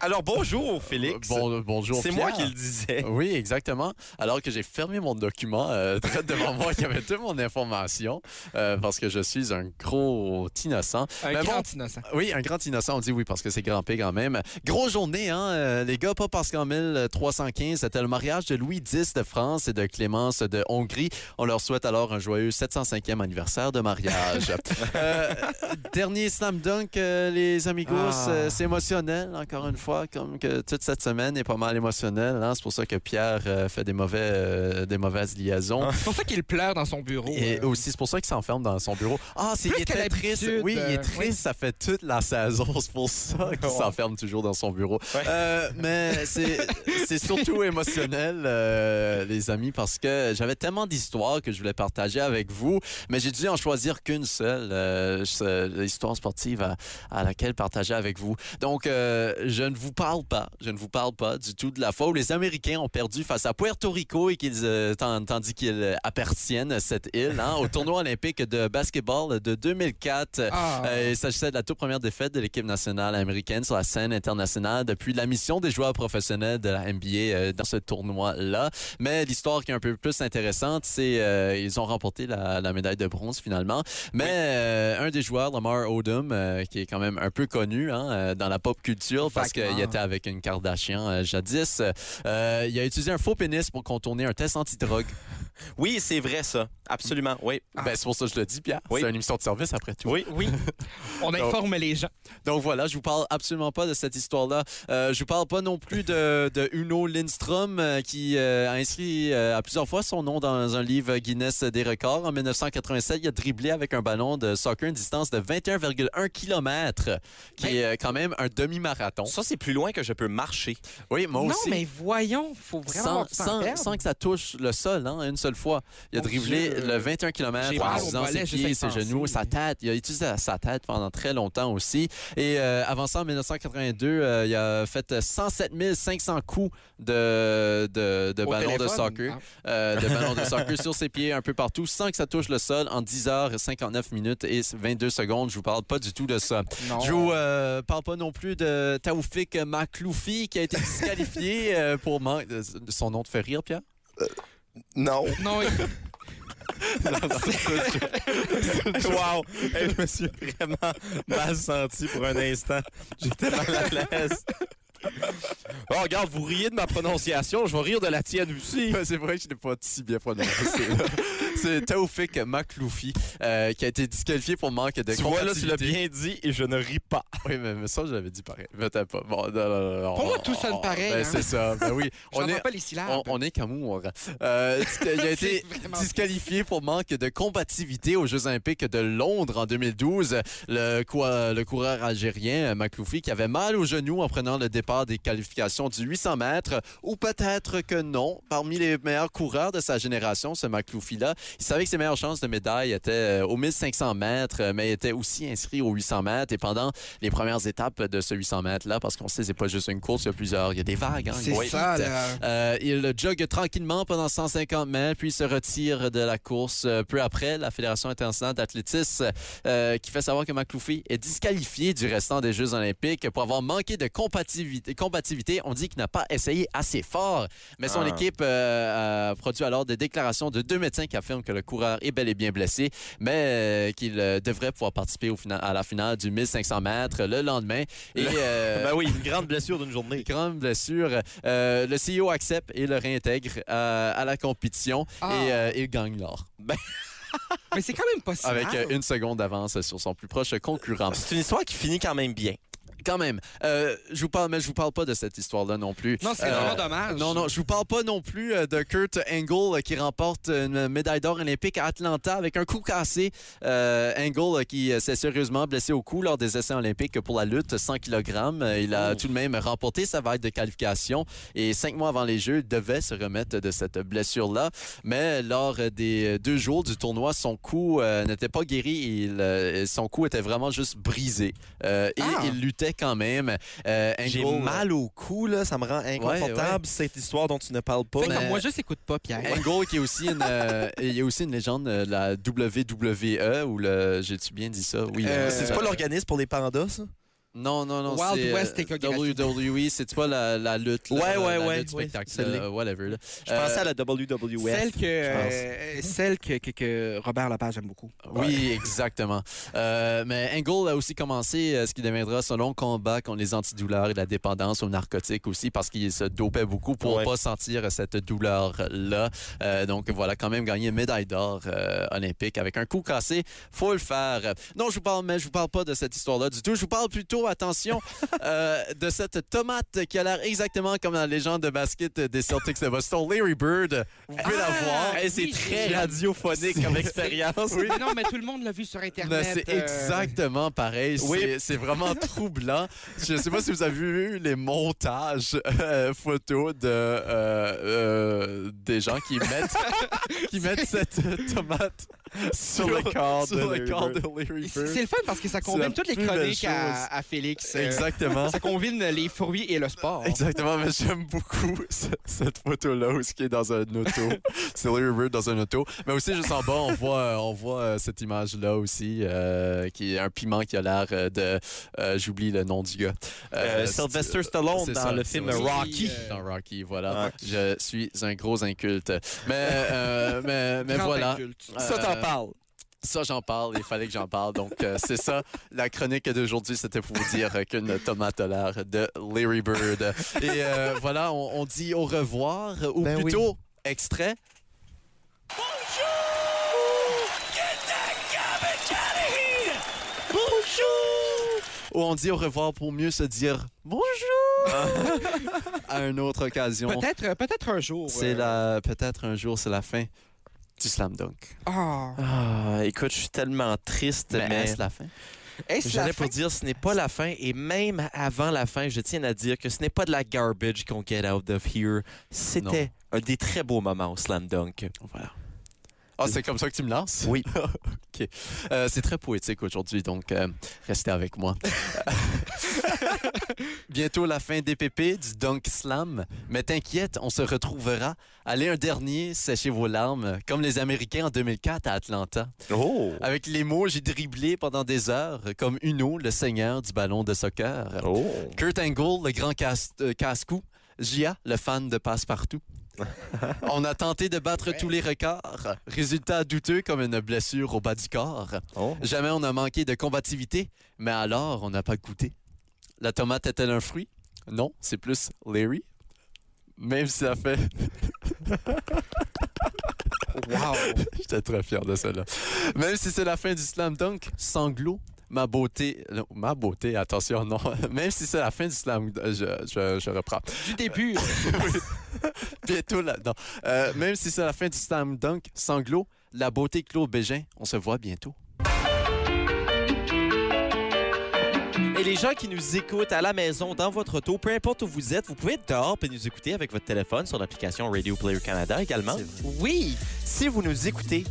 Speaker 1: Alors bonjour Félix.
Speaker 3: Bon- Euh, bonjour.
Speaker 1: c'est moi
Speaker 3: Pierre.
Speaker 1: qui le disais.
Speaker 3: Oui, exactement. Alors que j'ai fermé mon document euh, direct devant moi qui avait toute mon information euh, parce que je suis un gros innocent.
Speaker 2: Un
Speaker 3: Mais
Speaker 2: grand
Speaker 3: bon.
Speaker 2: innocent.
Speaker 3: Oui, un grand innocent, on dit oui parce que c'est grand P quand même. Grosse journée, hein, euh, les gars, pas parce qu'en 1315, c'était le mariage de Louis X de France et de Clémence de Hongrie. On leur souhaite alors un joyeux 705e anniversaire de mariage. Euh, dernier slam dunk, euh, les amigos,
Speaker 2: Ah.
Speaker 3: euh, c'est émotionnel, encore une fois, comme que toute cette semaine est pas mal émotionnelle. hein. C'est pour ça que Pierre euh, fait des, mauvais, euh, des mauvaises liaisons.
Speaker 2: C'est pour ça qu'il pleure dans son bureau.
Speaker 3: Et
Speaker 2: euh.
Speaker 3: aussi, c'est pour ça qu'il s'enferme dans son bureau. Ah, c'est
Speaker 2: Plus
Speaker 3: il
Speaker 2: qu'à
Speaker 3: était
Speaker 2: l'habitude,
Speaker 3: triste. Oui, il
Speaker 2: euh,
Speaker 3: est triste,
Speaker 2: oui.
Speaker 3: ça fait toute la saison. C'est pour ça qu'il s'enferme toujours dans son bureau. Euh, mais c'est c'est surtout émotionnel, euh, les amis, parce que j'avais tellement d'histoires que je voulais partager avec vous, mais j'ai dû en choisir qu'une seule, euh, ce- l'histoire sportive à, à laquelle partager avec vous. Donc, euh, je ne vous parle pas, je ne vous parle pas du tout de la fois où les Américains ont perdu face à Puerto Rico et qu'ils, euh, tan- tandis qu'ils euh, appartiennent à cette île, hein, au tournoi olympique de basketball de 2004.
Speaker 2: Ah.
Speaker 3: Euh, il s'agissait de la toute première défaite de l'équipe nationale américaine sur la scène internationale depuis la mission des joueurs professionnels de la NBA euh, dans ce tournoi-là. Mais l'histoire qui est un peu plus intéressante, c'est euh, ils ont remporté la, la médaille de bronze finalement. Mais euh, un des joueurs, Lamar Odom, euh, qui est quand même un peu connu hein, euh, dans la pop culture parce
Speaker 2: Vaguement.
Speaker 3: qu'il était avec une Kardashian euh, jadis, euh, il a utilisé un faux pénis pour contourner un test antidrogue.
Speaker 1: Oui, c'est vrai ça. Absolument. Oui.
Speaker 2: Ah.
Speaker 3: Ben, c'est pour ça que je le dis, Pierre.
Speaker 1: Oui.
Speaker 3: C'est une émission de service après tout.
Speaker 1: Oui.
Speaker 2: Oui. On
Speaker 3: Oh.
Speaker 2: informe les gens.
Speaker 3: Donc voilà, je vous parle absolument pas de cette histoire-là. Euh, je vous parle pas non plus de, de Uno Lindstrom euh, qui euh, a inscrit euh, à plusieurs fois son nom dans un livre Guinness des records. En 1987, il a dribblé avec un ballon de soccer une distance de 21,1 km, qui est euh, quand même un demi-marathon.
Speaker 1: Ça c'est plus loin que je peux marcher.
Speaker 3: Oui, moi
Speaker 2: non,
Speaker 3: aussi.
Speaker 2: mais voyons, faut vraiment
Speaker 3: Sans,
Speaker 2: avoir du temps
Speaker 3: sans-
Speaker 2: à perdre.
Speaker 3: sans que ça touche le sol, hein, une seule fois. Il a
Speaker 2: Mon
Speaker 3: dribblé
Speaker 2: Dieu.
Speaker 3: le 21 km
Speaker 2: J'ai
Speaker 3: en
Speaker 2: mal au
Speaker 3: utilisant ses
Speaker 2: mollet, juste à
Speaker 3: pieds,
Speaker 2: y
Speaker 3: ses
Speaker 2: penser.
Speaker 3: genoux, sa tête. Il a utilisé sa tête pendant très longtemps aussi. Et euh, avant ça, en 1982, euh, il a fait 107 500 coups de, de, de
Speaker 2: Au
Speaker 3: ballon de
Speaker 2: téléphone.
Speaker 3: soccer
Speaker 2: Ah.
Speaker 3: euh, de ballon de soccer sur ses pieds un peu partout sans que ça touche le sol en 10h59 minutes et 22 secondes. Je vous parle pas du tout de ça.
Speaker 2: Non.
Speaker 3: Je vous euh, parle pas non plus de Taoufik Makloufi qui a été disqualifié euh, pour manque de- son nom te fait rire Pierre.
Speaker 1: Non.
Speaker 2: Non, il-
Speaker 1: Wow! Hey, je me suis vraiment mal senti pour un instant. J'étais mal à l'aise. Bon, Oh, regarde, vous riez de ma prononciation, je vais rire de la tienne aussi.
Speaker 3: Ben, C'est vrai que je n'ai pas si bien prononcé. là. C'est Taoufik Makloufi euh, qui a été disqualifié pour manque de
Speaker 1: Tu vois, là, tu l'as bien
Speaker 3: compatibilité.
Speaker 1: dit et je ne ris pas.
Speaker 3: Oui, mais, mais ça, je l'avais dit pareil. Mais t'as pas. Bon, non, non, non,
Speaker 2: Pour
Speaker 3: on-
Speaker 2: moi, tout sonne
Speaker 3: on-
Speaker 2: pareil,
Speaker 3: ben,
Speaker 2: hein.
Speaker 3: C'est ça. Ben oui. on,
Speaker 2: J'entends
Speaker 3: est,
Speaker 2: pas les syllabes.
Speaker 3: on, on est qu'amour. Euh, dis- il a été
Speaker 2: Ah, ben C'est vraiment-
Speaker 3: disqualifié pour manque de combativité aux Jeux Olympiques de Londres en 2012. Le, quoi- le coureur algérien euh, Makloufi qui avait mal au genou en prenant le départ des qualifications du 800 mètres, ou peut-être que non. Parmi les meilleurs coureurs de sa génération, ce Makloufi-là, il savait que ses meilleures chances de médaille étaient euh, aux 1500 mètres, euh, mais il était aussi inscrit aux 800 mètres. Et pendant les premières étapes de ce 800 mètres-là, parce qu'on sait c'est pas juste une course, il y a plusieurs, il y a des vagues. hein,
Speaker 2: C'est
Speaker 3: il y a
Speaker 2: ça,
Speaker 3: huit,
Speaker 2: là.
Speaker 3: euh, il jogue tranquillement pendant 150 mètres, puis se retire de la course. Euh, Peu après, la Fédération internationale d'athlétisme euh, qui fait savoir que McLoufy est disqualifié du restant des Jeux olympiques pour avoir manqué de compatibilité. compatibilité. On dit qu'il n'a pas essayé assez fort, mais son
Speaker 1: Ah.
Speaker 3: équipe euh, a produit alors des déclarations de deux médecins qui affirment que le coureur est bel et bien blessé, mais euh, qu'il euh, devrait pouvoir participer au final, à la finale du 1500 mètres le lendemain. Et, euh,
Speaker 1: Ben oui, une grande blessure d'une journée.
Speaker 3: grande blessure. Euh, le CEO accepte et le réintègre euh, à la compétition
Speaker 2: Ah.
Speaker 3: et euh, il gagne l'or
Speaker 2: Mais c'est quand même pas si
Speaker 3: avec
Speaker 2: mal.
Speaker 3: euh, une seconde d'avance sur son plus proche concurrent.
Speaker 1: C'est une histoire qui finit quand même bien.
Speaker 3: Quand même, euh, je vous parle, mais je vous parle pas de cette histoire-là non plus.
Speaker 2: Non, c'est
Speaker 3: Euh,
Speaker 2: vraiment dommage.
Speaker 3: Non, non, je vous parle pas non plus euh, de Kurt Angle euh, qui remporte une médaille d'or olympique à Atlanta avec un coup cassé. Euh, Angle euh, qui euh, s'est sérieusement blessé au cou lors des essais olympiques pour la lutte 100 kg. Euh, Il
Speaker 1: Oh.
Speaker 3: a tout de même remporté sa vague de qualification et cinq mois avant les Jeux, il devait se remettre de cette blessure-là. Mais lors des deux jours du tournoi, son cou euh, n'était pas guéri. Il, euh, son cou était vraiment juste brisé. Euh, et
Speaker 2: Ah.
Speaker 3: il luttait quand même. Euh,
Speaker 1: J'ai
Speaker 3: Angle-
Speaker 1: mal au cou, là, ça me rend inconfortable,
Speaker 3: Ouais, ouais.
Speaker 1: cette histoire dont tu ne parles pas. Euh,
Speaker 2: Fais comme
Speaker 3: mais-
Speaker 2: moi, je s'écoute pas, Pierre.
Speaker 3: Angle, qui est aussi une, euh, il y a aussi une légende euh, de la WWE, ou le. J'ai-tu bien dit ça? Oui.
Speaker 2: Euh,
Speaker 1: C'est pas l'organisme pour les pandas, ça?
Speaker 3: Non, non, non.
Speaker 2: Wild
Speaker 3: c'est, euh,
Speaker 2: West Echographie.
Speaker 3: WWE, c'est pas la, la lutte. là,
Speaker 1: Ouais, ouais,
Speaker 3: la
Speaker 1: ouais,
Speaker 3: Lutte
Speaker 1: ouais,
Speaker 3: spectacle,
Speaker 1: c'est
Speaker 3: là, whatever. là.
Speaker 1: Je
Speaker 3: Euh,
Speaker 1: pensais à la WWF.
Speaker 2: Celle que,
Speaker 1: je
Speaker 2: euh, celle que, que, que Robert Lepage aime beaucoup.
Speaker 3: Oui, exactement. Euh, mais Angle a aussi commencé euh, ce qui deviendra son long combat contre les antidouleurs et la dépendance aux narcotiques aussi parce qu'il se dopait beaucoup pour
Speaker 1: Ouais.
Speaker 3: pas sentir cette douleur-là. Euh, donc voilà, quand même gagné une médaille d'or euh, olympique avec un coup cassé. Faut le faire. Non, je vous parle, mais je vous parle pas de cette histoire-là du tout. Je vous parle plutôt, attention, euh, de cette tomate qui a l'air exactement comme la légende de basket des Celtics de Boston, Larry Bird. Vous pouvez la voir.
Speaker 1: Hey, Ah, eh, c'est
Speaker 2: oui,
Speaker 1: très
Speaker 2: j'ai-
Speaker 1: radiophonique comme expérience.
Speaker 2: Mais non, mais tout le monde l'a vu sur
Speaker 3: Ben,
Speaker 2: Internet.
Speaker 3: c'est
Speaker 2: euh,
Speaker 3: exactement pareil.
Speaker 1: Oui.
Speaker 3: C'est- C'est vraiment troublant. Je ne sais pas si vous avez vu les montages euh, photos de, euh, euh, des gens qui mettent, qui mettent cette euh, tomate sur le corps,
Speaker 1: sur
Speaker 3: de,
Speaker 1: le
Speaker 3: Larry
Speaker 1: corps
Speaker 3: Bird.
Speaker 2: C'est c'est le fun parce que ça
Speaker 3: la
Speaker 2: combine toutes les
Speaker 3: plus belle
Speaker 2: chroniques
Speaker 3: chose.
Speaker 2: à, à Félix. euh,
Speaker 3: Exactement.
Speaker 2: Ça combine les fruits et le sport.
Speaker 3: Exactement, mais j'aime beaucoup ce- cette photo-là où ce qui est dans un auto. C'est Larry Bird dans un auto. Mais aussi, juste en bas, on voit, on voit euh, cette image-là aussi, euh, qui est un piment qui a l'air euh, de. euh, J'oublie le nom du gars.
Speaker 1: Euh, Sylvester Stallone
Speaker 3: c'est
Speaker 1: dans
Speaker 3: ça,
Speaker 1: le
Speaker 3: c'est
Speaker 1: film
Speaker 3: ça.
Speaker 1: Rocky.
Speaker 2: euh,
Speaker 3: Dans Rocky, voilà.
Speaker 1: Rocky.
Speaker 3: Je suis un gros inculte. Mais, euh, mais, mais
Speaker 2: Grand
Speaker 3: voilà.
Speaker 2: inculte.
Speaker 1: Ça,
Speaker 3: Euh,
Speaker 1: t'en parles.
Speaker 3: ça, j'en parle, il fallait que j'en parle. Donc, euh, c'est ça, la chronique d'aujourd'hui, c'était pour vous dire euh, qu'une tomate à l'air de Larry Bird. Et euh, voilà, on, on dit au revoir, euh, ou
Speaker 2: Ben oui.
Speaker 3: plutôt, extrait. Bonjour! Get the garbage out of here! Bonjour! Ou on dit au revoir pour mieux se dire bonjour! à une autre occasion.
Speaker 2: Peut-être peut-être un jour.
Speaker 3: C'est
Speaker 2: euh,
Speaker 3: la... Peut-être un jour, c'est la fin du slam dunk.
Speaker 2: Ah.
Speaker 1: Ah, écoute, je suis tellement triste,
Speaker 2: Ben,
Speaker 1: mais, euh,
Speaker 3: est-ce la fin?
Speaker 2: Est-ce la
Speaker 1: j'allais
Speaker 2: fin?
Speaker 1: pour dire ce n'est pas la fin. Et même avant la fin, je tiens à dire que ce n'est pas de la garbage qu'on get out of here. C'était un des très beaux moments au slam dunk.
Speaker 3: Voilà. Ah, c'est comme ça que tu me lances?
Speaker 1: Oui.
Speaker 3: OK. Euh, c'est très poétique aujourd'hui, donc euh, restez avec moi. Bientôt la fin des pépés du Dunk Slam. Mais t'inquiète, on se retrouvera. Allez un dernier, séchez vos larmes, comme les Américains en 2004 à Atlanta.
Speaker 1: Oh!
Speaker 3: Avec les mots, j'ai dribblé pendant des heures, comme Uno, le seigneur du ballon de soccer.
Speaker 1: Oh!
Speaker 3: Kurt Angle, le grand casse- euh, casse-cou. Gia, le fan de passe-partout. On a tenté de battre tous les records. Résultat douteux comme une blessure au bas du corps.
Speaker 1: Oh.
Speaker 3: Jamais on n'a manqué de combativité, mais alors on n'a pas goûté. La tomate est-elle un fruit? Non, c'est plus Larry. Même si ça fait...
Speaker 2: Wow!
Speaker 3: J'étais très fier de cela. Même si c'est la fin du slam dunk, sanglot, ma beauté... non, ma beauté, attention, non. Même si c'est la fin du slam... Je, je, je reprends.
Speaker 2: Du début,
Speaker 3: Bientôt là-dedans. même si c'est la fin du slam dunk, sanglot, la beauté Claude Bégin, on se voit bientôt.
Speaker 1: Et les gens qui nous écoutent à la maison, dans votre auto, peu importe où vous êtes, vous pouvez être dehors et nous écouter avec votre téléphone sur l'application Radio Player Canada également.
Speaker 2: oui!
Speaker 1: Si vous nous écoutez,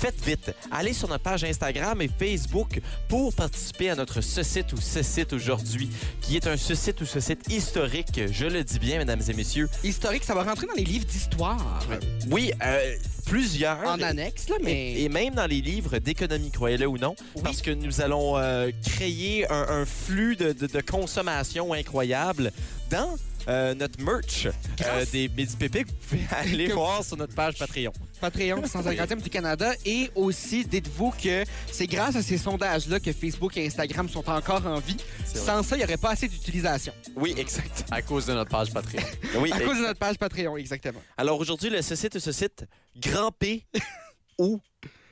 Speaker 1: faites vite. Allez sur notre page Instagram et Facebook pour participer à notre ce site ou ce site aujourd'hui, qui est un ce site ou ce site historique, je le dis bien, mesdames et messieurs.
Speaker 2: Historique, ça va rentrer dans les livres d'histoire.
Speaker 1: Oui, euh, plusieurs.
Speaker 2: En annexe, là, mais...
Speaker 1: Et et même dans les livres d'économie, croyez-le ou non,
Speaker 2: Oui.
Speaker 1: parce que nous allons euh, créer un, un flux de, de- de consommation incroyable dans euh, notre merch euh,
Speaker 2: Grâce-
Speaker 1: des Midi Pépé que vous pouvez aller
Speaker 2: Que-
Speaker 1: voir sur notre page Patreon.
Speaker 2: Patreon, sans agrandissement du Canada. Et aussi, dites-vous que c'est grâce à ces sondages-là que Facebook et Instagram sont encore en vie.
Speaker 1: C'est vrai.
Speaker 2: Sans ça, il n'y aurait pas assez d'utilisation.
Speaker 1: Oui, exact.
Speaker 3: À cause de notre page Patreon.
Speaker 1: Oui,
Speaker 2: À
Speaker 1: et-
Speaker 2: cause de notre page Patreon, exactement.
Speaker 1: Alors aujourd'hui, le ce site ou ce site, grand P ou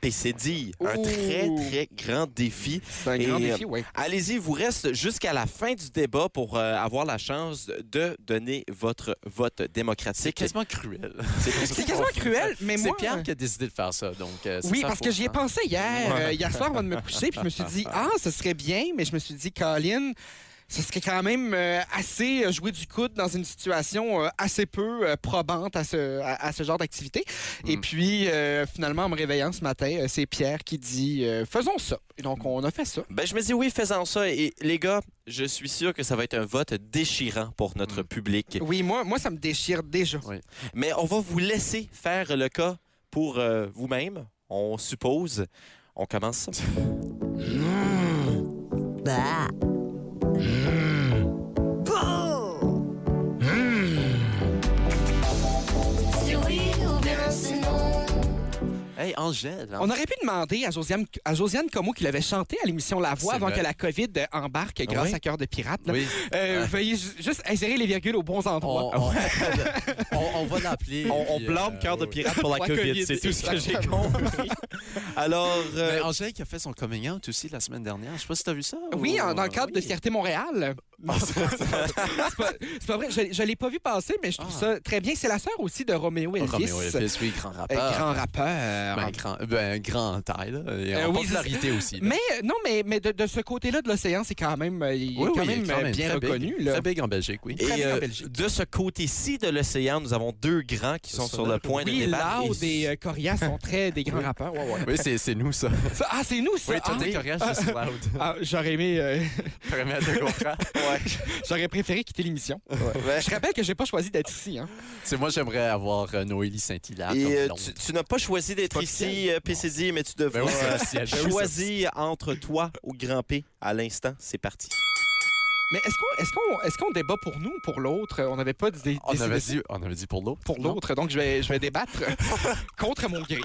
Speaker 1: PCD. Un
Speaker 2: Ouh.
Speaker 1: très, très grand défi.
Speaker 2: C'est un
Speaker 1: Et,
Speaker 2: grand
Speaker 1: euh,
Speaker 2: défi, oui.
Speaker 1: Allez-y, il vous reste jusqu'à la fin du débat pour euh, avoir la chance de donner votre vote
Speaker 3: C'est
Speaker 1: démocratique.
Speaker 3: quasiment cruel.
Speaker 2: C'est quasiment cruel, mais
Speaker 3: C'est
Speaker 2: moi... euh,
Speaker 3: Pierre qui a décidé de faire ça, donc euh, c'est
Speaker 2: Oui,
Speaker 3: sa
Speaker 2: parce
Speaker 3: faute,
Speaker 2: que j'y ai
Speaker 3: hein.
Speaker 2: pensé hier. Euh, hier soir, avant de me coucher, puis je me suis dit, ah, ce serait bien, mais je me suis dit, Colin, ce serait quand même euh, assez euh, jouer du coude dans une situation euh, assez peu euh, probante à ce, à, à ce genre d'activité. Et
Speaker 3: Mm.
Speaker 2: puis, euh, finalement, en me réveillant ce matin, euh, c'est Pierre qui dit, euh, faisons ça. Et donc, on a fait ça.
Speaker 1: Ben, je me dis oui, faisons ça. Et les gars, je suis sûr que ça va être un vote déchirant pour notre
Speaker 3: Hmm.
Speaker 1: public.
Speaker 2: Oui, moi, moi ça me déchire déjà.
Speaker 1: Mais on va vous laisser faire le cas pour euh, vous-même, on suppose. On commence.
Speaker 6: Hmm. C'est oui ou bien c'est non.
Speaker 3: Hey, Angèle, hein?
Speaker 2: On aurait pu demander à Josiane, à Josiane Como qui l'avait chanté à l'émission La Voix
Speaker 3: C'est
Speaker 2: avant
Speaker 3: vrai. Ah
Speaker 2: que la COVID embarque grâce
Speaker 1: Oui.
Speaker 2: à Cœur de Pirate. là.
Speaker 3: Oui, Ah. Oh.
Speaker 2: Euh, Veuillez ju- juste insérer les virgules aux bons endroits.
Speaker 3: on, on- on- on va l'appeler.
Speaker 1: On, on
Speaker 3: puis,
Speaker 1: blâme
Speaker 3: euh,
Speaker 1: cœur de
Speaker 3: oui, oui.
Speaker 1: pirate pour la,
Speaker 2: La
Speaker 1: COVID,
Speaker 2: COVID,
Speaker 1: c'est tout ce que j'ai
Speaker 2: exactement.
Speaker 1: compris. Alors, euh,
Speaker 3: Mais Angèle qui a fait son coming out aussi la semaine dernière. Je sais pas si t'as vu ça.
Speaker 2: Oui,
Speaker 3: ou-
Speaker 2: en- dans le cadre de
Speaker 3: Oui. Ah,
Speaker 2: Fierté Montréal. Non, c'est pas- c'est pas, c'est pas vrai. Je, je l'ai pas vu passer, mais je trouve
Speaker 3: Ah.
Speaker 2: ça très bien. C'est la sœur aussi de Roméo Elvis.
Speaker 3: Roméo Elvis, oui, grand
Speaker 2: euh,
Speaker 3: rappeur.
Speaker 2: grand rappeur.
Speaker 3: Ben, grand, ben, grand en taille, là. Et
Speaker 2: Euh,
Speaker 3: en
Speaker 2: oui,
Speaker 3: popularité aussi. là.
Speaker 2: mais euh, non, mais, mais de, de ce côté-là de l'océan, c'est quand même, euh, il est
Speaker 3: Oui,
Speaker 2: quand
Speaker 3: oui, il est
Speaker 2: même, euh, bien
Speaker 3: très big.
Speaker 2: reconnu. là.
Speaker 3: Très big en Belgique, oui.
Speaker 1: et,
Speaker 2: très bien en
Speaker 1: euh,
Speaker 2: Belgique.
Speaker 1: de ce côté-ci de l'océan, nous avons deux grands qui sont
Speaker 3: Sur
Speaker 1: sur le
Speaker 3: le-
Speaker 1: point de
Speaker 2: Oui,
Speaker 1: débattre.
Speaker 2: Loud
Speaker 1: Et-
Speaker 2: et euh, Coria sont très des grands rappeurs. Ouais, ouais.
Speaker 3: Oui, c'est c'est nous, ça.
Speaker 2: Ça- Ah, c'est nous, ça!
Speaker 3: Oui, toi,
Speaker 2: Ah,
Speaker 3: t'es coréen, je suis loud.
Speaker 2: Ah, J'aurais aimé, euh,
Speaker 3: Permets à te comprendre.
Speaker 2: j'aurais préféré quitter l'émission.
Speaker 1: Ouais.
Speaker 2: Je rappelle que j'ai pas choisi d'être ici. Hein.
Speaker 3: C'est moi, j'aimerais avoir euh, Noélie Saint-Hilaire comme
Speaker 1: Et euh,
Speaker 3: blonde.
Speaker 1: tu, tu n'as pas choisi d'être
Speaker 3: Pas
Speaker 1: ici,
Speaker 3: officiel.
Speaker 1: euh, PCD, mais tu devras
Speaker 3: Ben oui, c'est
Speaker 1: euh,
Speaker 3: officiel. Ben oui, c'est
Speaker 1: choisir entre toi ou Grand P à l'instant. C'est parti.
Speaker 2: Mais est-ce qu'on est-ce qu'on est-ce qu'on débat pour nous ou pour l'autre? On n'avait pas dé-
Speaker 3: On
Speaker 2: décidé
Speaker 3: avait,
Speaker 2: ça.
Speaker 3: dit, on avait dit pour l'autre.
Speaker 2: pour
Speaker 3: non?
Speaker 2: l'autre, donc je vais, je vais débattre contre mon gré.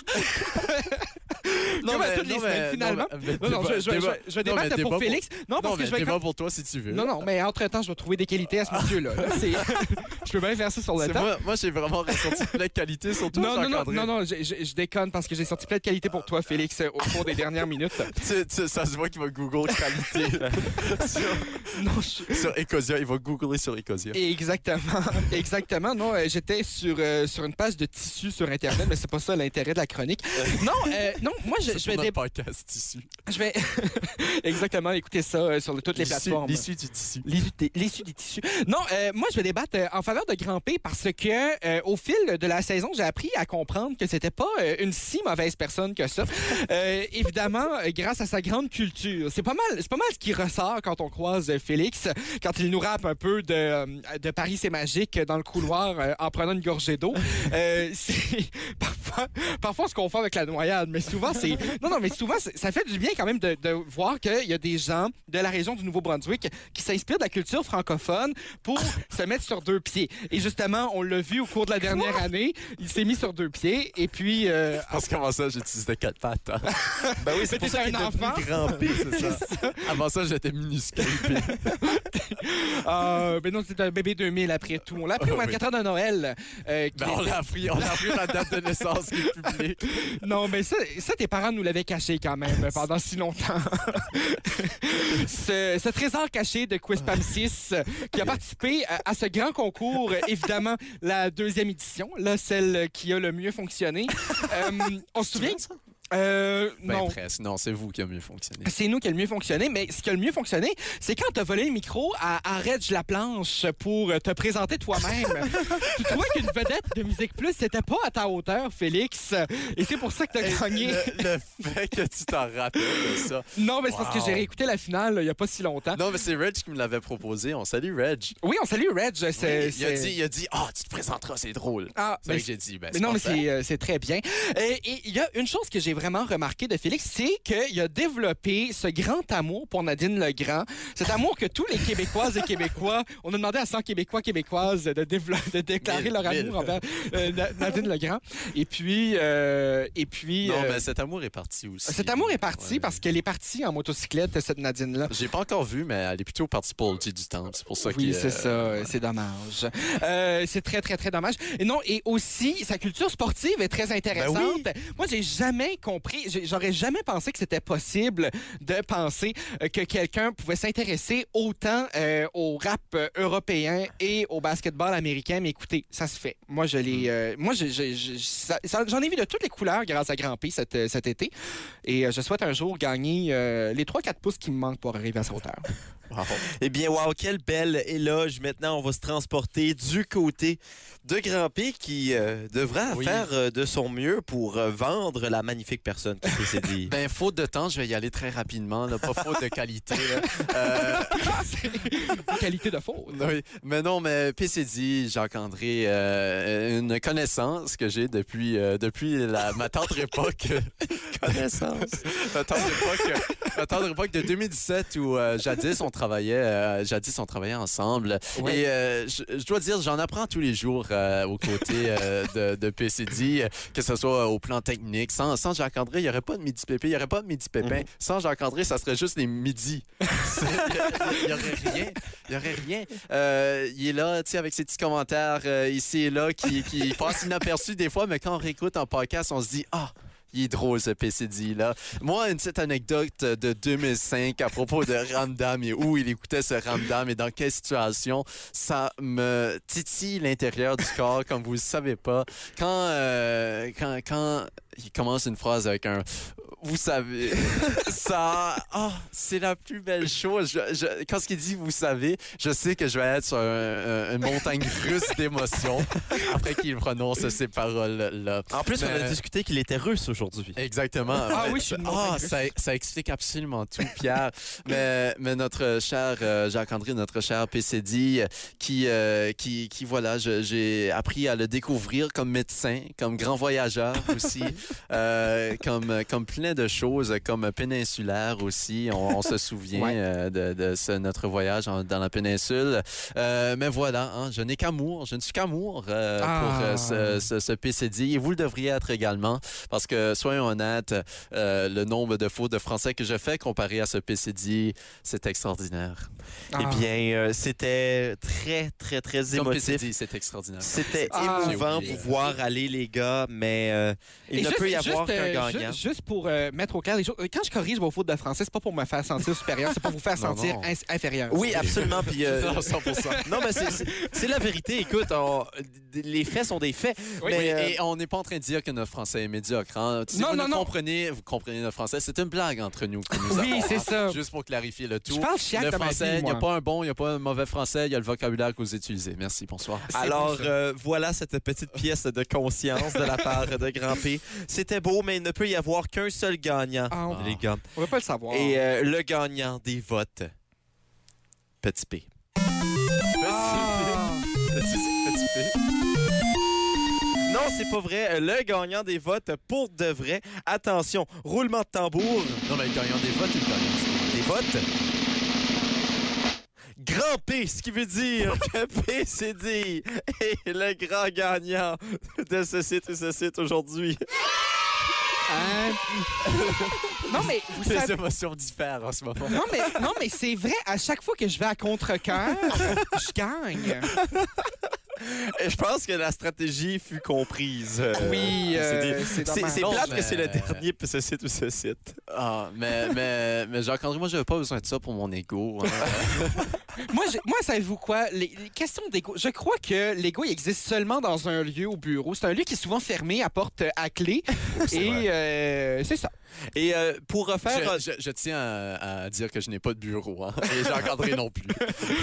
Speaker 3: Non,
Speaker 2: Comme à
Speaker 3: mais-
Speaker 2: toutes les
Speaker 3: non,
Speaker 2: semaines,
Speaker 3: mais-
Speaker 2: finalement.
Speaker 3: non,
Speaker 2: Non,
Speaker 3: mais-
Speaker 2: non, je, je- je- je vais
Speaker 3: débat- non, mais
Speaker 2: débattre
Speaker 3: débat
Speaker 2: pour
Speaker 3: pour-
Speaker 2: Félix. Non,
Speaker 3: Non,
Speaker 2: parce que
Speaker 3: mais
Speaker 2: je vais...
Speaker 3: débat pour toi si tu veux.
Speaker 2: Non, non, mais entre-temps, je vais trouver des qualités à ce monsieur-là. Là, c'est- je peux bien faire ça sur le
Speaker 3: C'est
Speaker 2: temps.
Speaker 3: moi, moi j'ai vraiment ressenti plein de qualités sur toi,
Speaker 2: Non, non, non,
Speaker 3: Jacques-André.
Speaker 2: non, non, je, je- je déconne parce que j'ai sorti plein de qualités pour toi, Félix, au cours des dernières minutes.
Speaker 3: Tu- tu- ça se voit qu'il va Google qualité sur,
Speaker 2: Non, je-
Speaker 3: sur Ecosia. Il va googler sur Ecosia.
Speaker 2: Exactement, exactement. Non, euh, j'étais sur, euh, sur une page de tissu sur Internet, mais c'est pas ça l'intérêt de la chronique. Non, euh, non, moi, je, je
Speaker 3: C'est
Speaker 2: vais,
Speaker 3: pour notre
Speaker 2: dé-
Speaker 3: podcast ici.
Speaker 2: je vais... exactement écouter ça euh, sur le- toutes les
Speaker 3: L'issue-
Speaker 2: plateformes.
Speaker 3: L'issue du tissu.
Speaker 2: L'issue des- L'issue des tissus. Non, euh, moi, je vais débattre euh, en faveur de Grand P parce que euh, au fil de la saison, j'ai appris à comprendre que c'était pas euh, une si mauvaise personne que ça. Euh, évidemment, euh, grâce à sa grande culture. C'est pas mal, c'est pas mal ce qui ressort quand on croise euh, Félix, quand il nous rappe un peu de, euh, de Paris c'est magique dans le couloir euh, en prenant une gorgée d'eau. Euh, c'est- parfois, parfois, on se confond avec la noyade, mais souvent, souvent, c'est. Non, non, mais souvent, c'est- ça fait du bien quand même de, de voir qu'il y a des gens de la région du Nouveau-Brunswick qui s'inspirent de la culture francophone pour se mettre sur deux pieds. Et justement, on l'a vu au cours de la dernière année, il s'est mis sur deux pieds et puis. euh,
Speaker 3: Parce que comment ça, j'utilisais quatre pattes. hein?
Speaker 1: Ben oui, c'est pour
Speaker 2: Mais t'es
Speaker 1: ça
Speaker 2: un
Speaker 1: qu'il est devenu
Speaker 2: enfant.
Speaker 1: grand P, c'est ça.
Speaker 3: Avant ça, j'étais minuscule. puis-
Speaker 2: euh, ben non, c'est un bébé 2000 après tout. On l'a appris au
Speaker 3: Ah oui.
Speaker 2: 24 heures de Noël. euh, qui
Speaker 3: Ben, on l'a appris, on a appris la date de naissance qui est publique.
Speaker 2: Non, mais ça, ça, tes parents nous l'avaient caché quand même pendant si longtemps. ce, ce trésor caché de Quispam 6 euh, qui a participé à, à ce grand concours, euh, évidemment, la deuxième édition, là, celle qui a le mieux fonctionné. Euh, on se souvient? Euh,
Speaker 3: Ben,
Speaker 2: non.
Speaker 3: presque. Non, c'est vous qui a mieux fonctionné.
Speaker 2: C'est nous qui a le mieux fonctionné, mais ce qui a le mieux fonctionné, c'est quand t'as volé le micro à Arrête je la planche pour te présenter toi-même. tu trouvais qu'une vedette de Musique Plus, c'était pas à ta hauteur, Félix. Et c'est pour ça que t'as gagné.
Speaker 3: Le, le fait que tu t'en rappelles de ça.
Speaker 2: Non, mais c'est parce que
Speaker 3: Wow.
Speaker 2: j'ai réécouté la finale là, il y a pas si longtemps.
Speaker 3: Non, mais c'est Reg qui me l'avait proposé. On salue Reg.
Speaker 2: Oui, on salue Reg. c'est-
Speaker 3: Il a
Speaker 2: c'est-
Speaker 3: dit, il a dit, ah, tu te présenteras, c'est drôle.
Speaker 2: Ah,
Speaker 3: C'est
Speaker 2: ben,
Speaker 3: vrai que j'ai dit, ben,
Speaker 2: Mais non, mais
Speaker 3: parfait.
Speaker 2: c'est, euh, c'est très bien. Et et il y a une chose que j'ai vraiment remarqué de Félix, c'est qu'il a développé ce grand amour pour Nadine Legrand. Cet amour que tous les Québécoises et Québécois, on a demandé à 100 Québécois, Québécoises de, dévelop- de déclarer
Speaker 3: Mille,
Speaker 2: leur amour
Speaker 3: mille.
Speaker 2: envers euh, Na- Nadine Legrand. Et puis, euh, et puis
Speaker 3: Non,
Speaker 2: euh,
Speaker 3: mais cet amour est parti aussi.
Speaker 2: cet amour est parti
Speaker 3: Ouais.
Speaker 2: parce qu'elle est partie en motocyclette, cette Nadine-là.
Speaker 3: J'ai pas encore vu, mais elle est plutôt partie pour le G du temps. C'est pour ça
Speaker 2: Oui,
Speaker 3: qu'il,
Speaker 2: c'est
Speaker 3: euh,
Speaker 2: ça. C'est dommage. Euh, c'est très, très, très dommage. Et non, et aussi, sa culture sportive est
Speaker 3: Ben
Speaker 2: très intéressante. Moi, j'ai jamais compris, j'ai- j'aurais jamais pensé que c'était possible de penser euh, que quelqu'un pouvait s'intéresser autant euh, au rap euh, européen et au basketball américain. Mais écoutez, ça se fait. Moi, je
Speaker 3: Mm.
Speaker 2: l'ai. euh, moi, j'ai- j'ai- j'ai- ça- ça- j'en ai vu de toutes les couleurs grâce à Grand P cet, euh, cet été. Et euh, je souhaite un jour gagner euh, les 3-4 pouces qui me manquent pour arriver à sa hauteur.
Speaker 3: euh, wow.
Speaker 1: Eh bien, wow, quel bel éloge. Maintenant, on va se transporter du côté de Grand P qui euh, devra
Speaker 3: Oui.
Speaker 1: faire euh, de son mieux pour euh, vendre la magnifique personne qui s'est dit.
Speaker 3: Ben, faute de temps, je vais y aller très rapidement. là, pas faute de qualité. là. Euh,
Speaker 2: Ah, Qualité de faute.
Speaker 3: Oui, mais non, mais PCD, Jacques-André, euh, une connaissance que j'ai depuis, euh, depuis la, ma tendre époque. connaissance? ma, tendre époque ma tendre époque de 2017 où euh, jadis, on travaillait, euh, jadis on travaillait ensemble.
Speaker 2: Ouais.
Speaker 3: Et euh, je je dois dire, j'en apprends tous les jours euh, aux côtés euh, de, de PCD, euh, que ce soit au plan technique. Sans, sans Jacques-André, il n'y aurait pas de midi pépé, il n'y aurait pas de midi pépin. Sans Jacques-André, ça serait juste les midis. C'est- Il n'y aurait rien. Il n'y aurait rien. Euh, il est là, tu sais, avec ses petits commentaires euh, ici et là qui, qui passent inaperçus des fois, mais quand on réécoute en podcast, on se dit Ah, il est drôle ce PCD là. Moi, une petite anecdote de 2005 à propos de Ramdam et où il écoutait ce Ramdam et dans quelle situation, ça me titille l'intérieur du corps, comme vous ne savez pas. Quand, euh, quand, quand il commence une phrase avec un vous savez, ça, ah, c'est la plus belle chose. Je- je- quand ce qu'il dit, vous savez, je sais que je vais être sur un- un- une montagne russe d'émotions après qu'il prononce ces paroles-là.
Speaker 1: En plus, on a
Speaker 3: Mais-
Speaker 1: discuté qu'il était russe aujourd'hui.
Speaker 3: Exactement.
Speaker 2: ben, euh, Ah
Speaker 3: Mais-
Speaker 2: oui, je suis une
Speaker 3: Ah,
Speaker 2: montagne
Speaker 3: ça, ça explique absolument tout, Pierre. mais, mais notre cher euh, Jacques-André, notre cher PCD, euh, qui, euh, qui, qui, voilà, je- j'ai appris à le découvrir comme médecin, comme grand voyageur aussi, euh, comme, comme plein de choses, comme péninsulaire aussi. On, on se souvient
Speaker 2: Ouais.
Speaker 3: euh, de, de ce- notre voyage en- dans la péninsule. Euh, mais voilà, hein, je n'ai qu'amour, je ne suis qu'amour euh,
Speaker 2: Ah.
Speaker 3: pour euh, ce, ce- ce PCD. Et vous le devriez être également, parce que, soyons honnêtes, euh, le nombre de fautes de français que je fais comparé à ce PCD, c'est extraordinaire.
Speaker 2: Ah.
Speaker 1: Eh bien, euh, c'était très, très, très
Speaker 3: Comme
Speaker 1: émotif.
Speaker 3: PCD, c'est extraordinaire.
Speaker 1: C'était
Speaker 2: Ah.
Speaker 1: émouvant
Speaker 3: J'ai oublié.
Speaker 1: pour voir aller les gars, mais euh, il
Speaker 2: Et
Speaker 1: ne
Speaker 2: juste-
Speaker 1: peut y
Speaker 2: juste,
Speaker 1: avoir qu'un
Speaker 2: euh, ju-
Speaker 1: gagnant.
Speaker 2: Juste, pour euh, mettre au clair les choses, euh, quand je corrige vos fautes de français, c'est pas pour me faire sentir supérieur, c'est pour vous faire
Speaker 3: Non,
Speaker 2: sentir
Speaker 3: non.
Speaker 2: ins- inférieur.
Speaker 1: Oui, absolument. Puis, euh,
Speaker 3: Non, 100%.
Speaker 1: non, mais c'est- c'est c'est la vérité. Écoute, on- les faits sont des faits.
Speaker 2: Oui.
Speaker 1: mais,
Speaker 3: Oui,
Speaker 1: euh,
Speaker 3: et on n'est pas en train de dire que notre français est médiocre. hein. Si
Speaker 2: Non,
Speaker 3: vous
Speaker 2: non,
Speaker 3: nous
Speaker 2: non.
Speaker 3: comprenez, vous comprenez notre français. C'est une blague entre nous. que nous
Speaker 2: Oui,
Speaker 3: avons,
Speaker 2: c'est
Speaker 3: hein.
Speaker 2: ça.
Speaker 3: Juste pour clarifier le tout.
Speaker 2: Euh, Je parle chiac
Speaker 3: le
Speaker 2: dans ma vie,
Speaker 3: français, il n'y a
Speaker 2: moi.
Speaker 3: pas un bon, il n'y a pas un mauvais français, il y a le vocabulaire que vous utilisez. Merci, bonsoir.
Speaker 1: Alors, euh, voilà cette petite pièce de conscience de la part de Grand P. C'était beau, mais il ne peut y avoir qu'un seul gagnant,
Speaker 2: Ah, on,
Speaker 1: les gars.
Speaker 2: on va pas le savoir.
Speaker 1: Et euh, le gagnant des votes, Petit P.
Speaker 2: Ah.
Speaker 1: Non, Non, c'est pas vrai. Le gagnant des votes pour de vrai. Attention, roulement de tambour.
Speaker 3: Non, mais le gagnant des votes, il gagne.
Speaker 1: des votes. Grand P, ce qui veut dire que PCD est le grand gagnant de ce site et ce site aujourd'hui.
Speaker 2: Hein? non, mais vous savez...
Speaker 3: Des émotions diffèrent en ce moment.
Speaker 2: Non, mais, non, mais c'est vrai, à chaque fois que je vais à contre-cœur, je gagne.
Speaker 1: Euh, Et je pense que la stratégie fut comprise. euh,
Speaker 2: Oui, euh,
Speaker 1: PCD.
Speaker 2: c'est
Speaker 1: c'est euh,
Speaker 2: dommage.
Speaker 1: c'est
Speaker 3: Non,
Speaker 1: plate que
Speaker 3: mais-
Speaker 1: c'est le dernier pour ce site ou ce site.
Speaker 3: Ah, mais, mais, mais Jacques-André, moi, j'avais pas besoin de ça pour mon ego. hein.
Speaker 2: Moi, j'ai- moi savez-vous quoi? Les, les questions d'ego, je crois que l'ego il existe seulement dans un lieu au bureau. C'est un lieu qui est souvent fermé à porte euh, à clé.
Speaker 1: Oh,
Speaker 2: Et euh, c'est ça.
Speaker 1: Et euh, pour refaire euh,
Speaker 3: je, je- je tiens à, à dire que je n'ai pas de bureau. hein. Et Jacques-André non plus.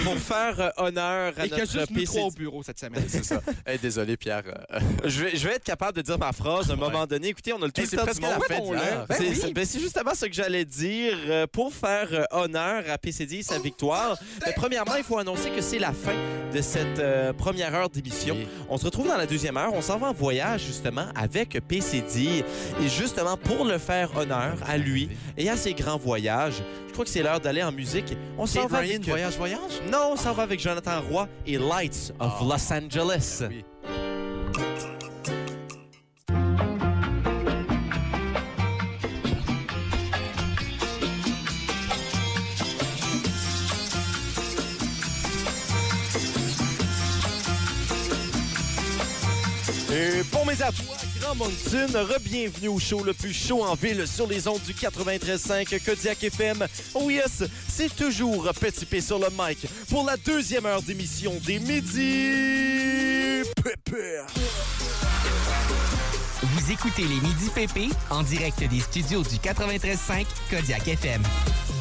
Speaker 1: pour faire euh, honneur à
Speaker 2: Et qu'il y a
Speaker 1: notre
Speaker 2: juste nous
Speaker 1: PCD.
Speaker 2: trois au bureau cette semaine.
Speaker 3: C'est ça. Eh, désolé, Pierre. euh,
Speaker 1: Je vais, je vais être capable de dire ma phrase à un moment donné. Écoutez, on a le tout
Speaker 3: Eh,
Speaker 1: le
Speaker 3: c'est
Speaker 1: temps du
Speaker 3: presque
Speaker 1: monde.
Speaker 3: la fête
Speaker 1: C'est-
Speaker 3: d'hier.
Speaker 2: Ben
Speaker 1: c'est-
Speaker 2: oui.
Speaker 1: c'est- ben, c'est justement ce que j'allais dire. Euh, pour faire euh, honneur à PCD et sa
Speaker 3: Oh,
Speaker 1: victoire, ben, premièrement, il faut annoncer que c'est la fin de cette euh, première heure d'émission.
Speaker 3: Oui.
Speaker 1: On se retrouve dans la deuxième heure. On s'en va en voyage, justement, avec PCD. Et justement, pour le faire honneur à lui et à ses grands voyages, je crois que c'est l'heure d'aller en musique. On s'en
Speaker 3: Kate
Speaker 1: va
Speaker 3: Ryan,
Speaker 1: avec... euh,
Speaker 3: voyage, voyage?
Speaker 1: Non, on s'en va avec Jonathan Roy et Lights of
Speaker 3: Ah.
Speaker 1: Los Angeles.
Speaker 3: Oui.
Speaker 1: Et bon, mes à toi, Grand Moncton, re-bienvenue au show le plus chaud en ville sur les ondes du 93.5 Kodiak FM. Oh yes, c'est toujours Petit P sur le mic pour la deuxième heure d'émission des midis. Pépé.
Speaker 7: Vous écoutez les Midi PP en direct des studios du 93.5 Kodiak FM.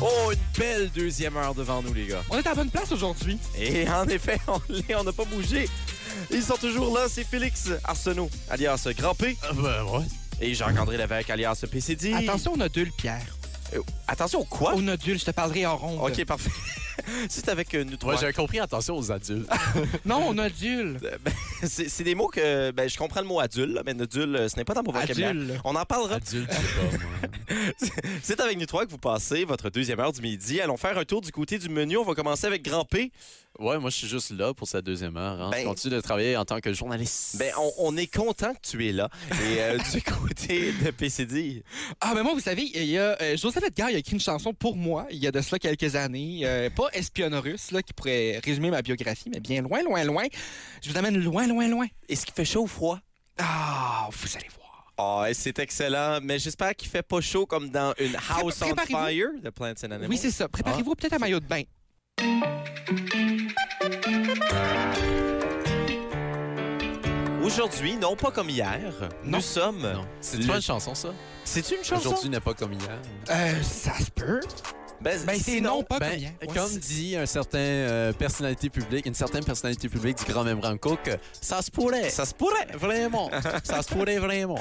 Speaker 1: Oh, une belle deuxième heure devant nous, les gars.
Speaker 2: On est à la bonne place aujourd'hui.
Speaker 1: Et en effet, on l'est, on n'a pas bougé. Ils sont toujours là, c'est Félix Arsenault, alias Grand P,
Speaker 3: Ah, ben, ouais.
Speaker 1: et Jacques-André Lévesque, alias PCD.
Speaker 2: Attention, on nodule, Pierre.
Speaker 1: Euh, attention, quoi?
Speaker 2: On nodule, je te parlerai en ronde.
Speaker 1: Ok, parfait. c'est avec euh, nous trois.
Speaker 3: Ouais, j'avais compris. Attention aux adultes.
Speaker 2: Non, on nodule.
Speaker 1: Euh, ben, c'est c'est des mots que ben, je comprends le mot adulte, là, mais nodule, euh, ce n'est pas dans mon vocabulaire.
Speaker 2: Adule.
Speaker 1: On en parlera.
Speaker 3: Adultes, je sais pas, moi.
Speaker 1: C'est avec nous trois que vous passez votre deuxième heure du midi. Allons faire un tour du côté du menu. On va commencer avec Grand P.
Speaker 3: Ouais, moi, je suis juste là pour sa deuxième heure. hein.
Speaker 1: Ben-
Speaker 3: je continue de travailler en tant que journaliste.
Speaker 1: Ben, on, on est content que tu es là. Et euh, du côté de PCD,
Speaker 2: Ah, ben moi, vous savez, il y a euh, Joseph Edgar, il a écrit une chanson pour moi, il y a de cela quelques années. euh, pas espionneur-russe, là, qui pourrait résumer ma biographie, mais bien loin, loin, loin. Je vous amène loin, loin, loin.
Speaker 1: est-ce qu'il fait chaud ou froid?
Speaker 2: Ah, vous allez voir.
Speaker 1: Ah, et c'est excellent, mais j'espère qu'il fait pas chaud comme dans une House on
Speaker 2: préparez-vous.
Speaker 1: Fire de Plants and Animals.
Speaker 2: Oui, c'est ça. Préparez-vous peut-être à maillot de bain.
Speaker 1: Aujourd'hui, non pas comme hier,
Speaker 2: Non.
Speaker 1: nous sommes...
Speaker 3: Non. C'est
Speaker 1: euh, Le-
Speaker 3: pas une chanson, ça?
Speaker 1: C'est-tu une chanson?
Speaker 3: Aujourd'hui n'est pas comme hier.
Speaker 2: Euh, ça se peut. Ben, c'est
Speaker 1: sinon-
Speaker 2: non pas
Speaker 3: Ben,
Speaker 2: comme hier. Ouais,
Speaker 3: comme
Speaker 2: c'est-
Speaker 3: dit un certain euh, personnalité publique, une certaine personnalité publique du grand même Cook, ça se pourrait.
Speaker 1: Ça se pourrait.
Speaker 3: Vraiment. ça se pourrait vraiment.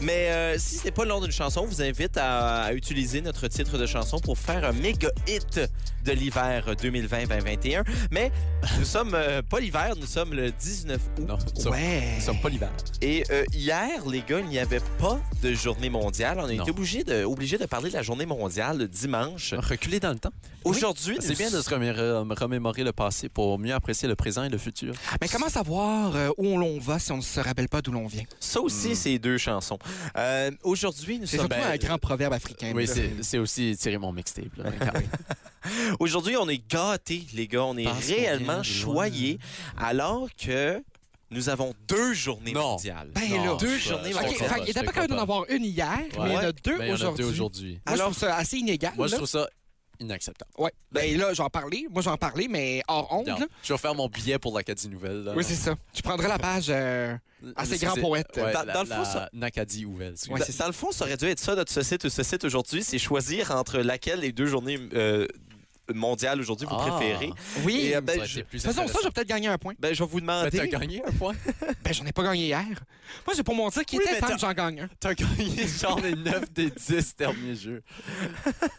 Speaker 1: Mais euh, si ce n'est pas le nom d'une chanson, on vous invite à, à utiliser notre titre de chanson pour faire un méga hit de l'hiver 2020-2021. Mais nous sommes euh, pas l'hiver, nous sommes le 19 août.
Speaker 3: Non, nous sommes-
Speaker 2: Ouais.
Speaker 3: nous sommes pas l'hiver.
Speaker 1: Et euh, hier, les gars, il n'y avait pas de journée mondiale. On a
Speaker 3: Non.
Speaker 1: été obligé de, obligé de parler de la journée mondiale le dimanche.
Speaker 3: Reculer dans le temps.
Speaker 1: Aujourd'hui,
Speaker 3: C'est bien de se remé- euh, remémorer le passé pour mieux apprécier le présent et le futur.
Speaker 2: Mais Ben, comment savoir euh, où l'on va si on ne se rappelle pas d'où l'on vient?
Speaker 1: Ça aussi, c'est deux chansons. Euh, Aujourd'hui, nous
Speaker 2: C'est
Speaker 1: sommes...
Speaker 2: surtout
Speaker 1: ben,
Speaker 2: un grand proverbe africain.
Speaker 3: Oui,
Speaker 2: là.
Speaker 3: c'est c'est aussi tirer mon mixtape. là.
Speaker 1: Aujourd'hui, on est gâtés, les gars. On est
Speaker 3: Parce qu'on vient
Speaker 1: réellement
Speaker 3: de
Speaker 1: choyés, alors que nous avons deux journées
Speaker 3: Non.
Speaker 1: mondiales.
Speaker 2: Ben
Speaker 3: Non,
Speaker 2: là.
Speaker 3: je-
Speaker 1: Deux
Speaker 3: je-
Speaker 1: journées
Speaker 3: je
Speaker 1: mondiales.
Speaker 2: OK,
Speaker 3: comprends
Speaker 2: fait
Speaker 3: pas,
Speaker 2: qu'il
Speaker 3: je
Speaker 2: était pas
Speaker 3: comprends
Speaker 2: capable d'en avoir une hier, mais il y en a deux
Speaker 3: Ben, il y en a deux
Speaker 2: aujourd'hui.
Speaker 3: aujourd'hui.
Speaker 2: Moi,
Speaker 1: Alors-
Speaker 2: je trouve ça assez inégal.
Speaker 3: Moi, je
Speaker 2: là.
Speaker 3: trouve ça inacceptable.
Speaker 2: Ouais. Ben là, j'en parlais. Moi, j'en parlais, mais hors honte.
Speaker 3: Non,
Speaker 2: là.
Speaker 3: Je vais faire mon billet pour l'Acadie Nouvelle. là.
Speaker 2: Oui, c'est ça. Tu prendrais la page. euh, Ah, c'est grand poète.
Speaker 3: Ouais,
Speaker 1: Dans-
Speaker 3: la-
Speaker 1: dans le fond,
Speaker 3: la
Speaker 1: ça-
Speaker 3: N'Acadie Nouvelle. excusez.
Speaker 2: Ouais,
Speaker 1: Dans-
Speaker 2: c'est
Speaker 1: dans le fond, ça aurait dû être ça, notre société ou ce site aujourd'hui, c'est choisir entre laquelle des deux journées euh, mondiales aujourd'hui vous
Speaker 3: Ah.
Speaker 1: préférez.
Speaker 2: Oui.
Speaker 1: Et, euh,
Speaker 2: De
Speaker 1: ben,
Speaker 3: Ça aurait
Speaker 1: je-
Speaker 3: été plus
Speaker 2: toute façon, ça,
Speaker 3: intéressant.
Speaker 2: j'ai peut-être gagné un point.
Speaker 1: Ben, je vais vous
Speaker 3: Ben, T'as
Speaker 1: demander.
Speaker 3: gagné un point?
Speaker 2: Ben, j'en ai pas gagné hier. Moi, c'est pour mon dire qu'il
Speaker 1: Oui, mais
Speaker 2: était temps
Speaker 1: t'as-
Speaker 2: que j'en gagne un.
Speaker 3: T'as gagné genre les 9 des 10 derniers jeux.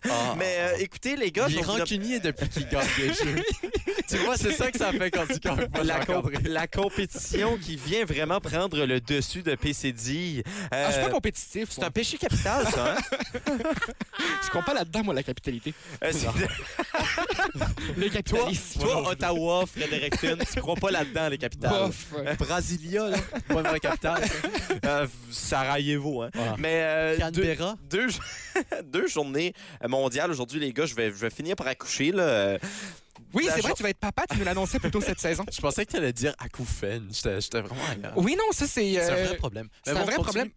Speaker 3: Ah.
Speaker 1: Mais euh, écoutez, les gars,
Speaker 3: il
Speaker 1: je
Speaker 3: est
Speaker 1: vais vous-
Speaker 3: rancunier depuis qu'il gagne des jeux. Tu vois, c'est ça que ça fait quand tu comptes pas
Speaker 1: La,
Speaker 3: Jean-André.
Speaker 1: comp- la compétition qui vient vraiment prendre le dessus de PCD.
Speaker 2: Ah, je suis
Speaker 1: Euh,
Speaker 2: pas compétitif.
Speaker 1: c'est un
Speaker 2: moi.
Speaker 1: péché capital, ça. hein?
Speaker 2: Je comprends pas là-dedans, moi, la capitalité.
Speaker 1: Euh,
Speaker 3: Eh,
Speaker 1: c'est- toi,
Speaker 2: Le capitalisme.
Speaker 1: toi, Ottawa, Fredericton, tu crois pas là-dedans, les capitales.
Speaker 2: Bof.
Speaker 3: Brasilia, là. Pas une vraie capitale.
Speaker 1: Euh, Sarajevo, hein.
Speaker 3: Voilà.
Speaker 1: Mais euh, deux,
Speaker 3: Canberra.
Speaker 1: deux, deux journées euh, mondiales aujourd'hui, les gars. Je vais, je vais finir par accoucher. Là. Euh,
Speaker 2: Oui,
Speaker 1: La
Speaker 2: c'est vrai,
Speaker 1: jo-
Speaker 2: tu vas être papa, tu nous l'annonçais plus tôt cette saison.
Speaker 3: Je pensais que tu allais dire acouphène. J'étais j'étais vraiment ailleurs.
Speaker 2: Ah. Oui, non, ça, c'est.
Speaker 3: C'est un
Speaker 2: euh,
Speaker 3: vrai problème.
Speaker 2: c'est
Speaker 3: Mais
Speaker 2: un
Speaker 3: bon,
Speaker 2: vrai
Speaker 3: continue.
Speaker 2: problème.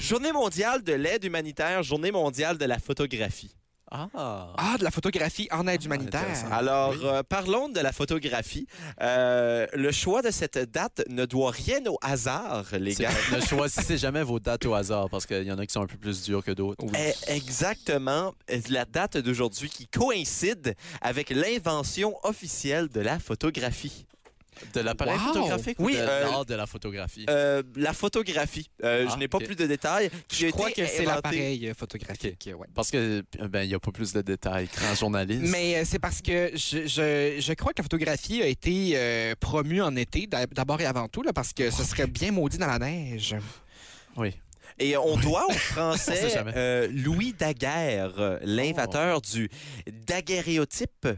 Speaker 1: Journée mondiale de l'aide humanitaire, journée mondiale de la photographie.
Speaker 3: Ah.
Speaker 2: Ah, de la photographie en aide humanitaire.
Speaker 3: intéressant. Ah,
Speaker 1: Alors, euh, parlons de la photographie. Euh, le choix de cette date ne doit rien au hasard, les
Speaker 3: C'est-
Speaker 1: gars.
Speaker 3: ne choisissez jamais vos dates au hasard parce qu'il y en a qui sont un peu plus dures que d'autres. Euh,
Speaker 1: Eh, Exactement, eh, la date d'aujourd'hui qui coïncide avec l'invention officielle de la photographie.
Speaker 3: De l'appareil
Speaker 2: Wow.
Speaker 3: photographique
Speaker 1: Oui,
Speaker 3: ou de
Speaker 1: euh,
Speaker 3: l'art de la photographie?
Speaker 1: Euh, la photographie, Euh,
Speaker 3: Ah,
Speaker 1: je n'ai pas
Speaker 3: ok.
Speaker 1: plus de détails.
Speaker 2: Je crois que c'est l'appareil euh, photographique. ouais.
Speaker 3: Parce que euh, ben il y a pas plus de détails grand journaliste.
Speaker 2: Mais euh, c'est parce que je, je- je crois que la photographie a été euh, promue en été, d'a- d'abord et avant tout, là, parce que ce serait bien maudit dans la neige.
Speaker 1: Et on doit au
Speaker 3: On sait
Speaker 1: français
Speaker 3: jamais.
Speaker 1: euh, Louis Daguerre, euh, l'inventeur du daguerréotype.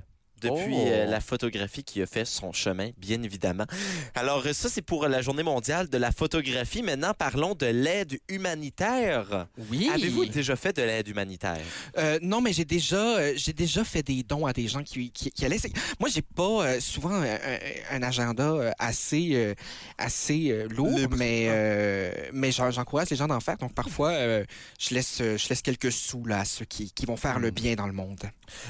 Speaker 1: Depuis
Speaker 3: Oh.
Speaker 1: euh, la photographie qui a fait son chemin, bien évidemment. Alors, euh, ça, c'est pour la Journée mondiale de la photographie. Maintenant, parlons de l'aide humanitaire.
Speaker 2: Oui.
Speaker 1: Avez-vous déjà fait de l'aide humanitaire?
Speaker 2: Euh, non, mais j'ai déjà, euh, j'ai déjà fait des dons à des gens qui, qui, qui allaient. C'est- Moi, j'ai pas euh, souvent un, un- un agenda euh, assez, euh, assez euh, lourd, mais, euh, mais j'en- j'encourage les gens d'en faire. Donc, parfois, euh, je, laisse, euh, je laisse quelques sous là, à ceux qui, qui vont faire le bien dans le monde.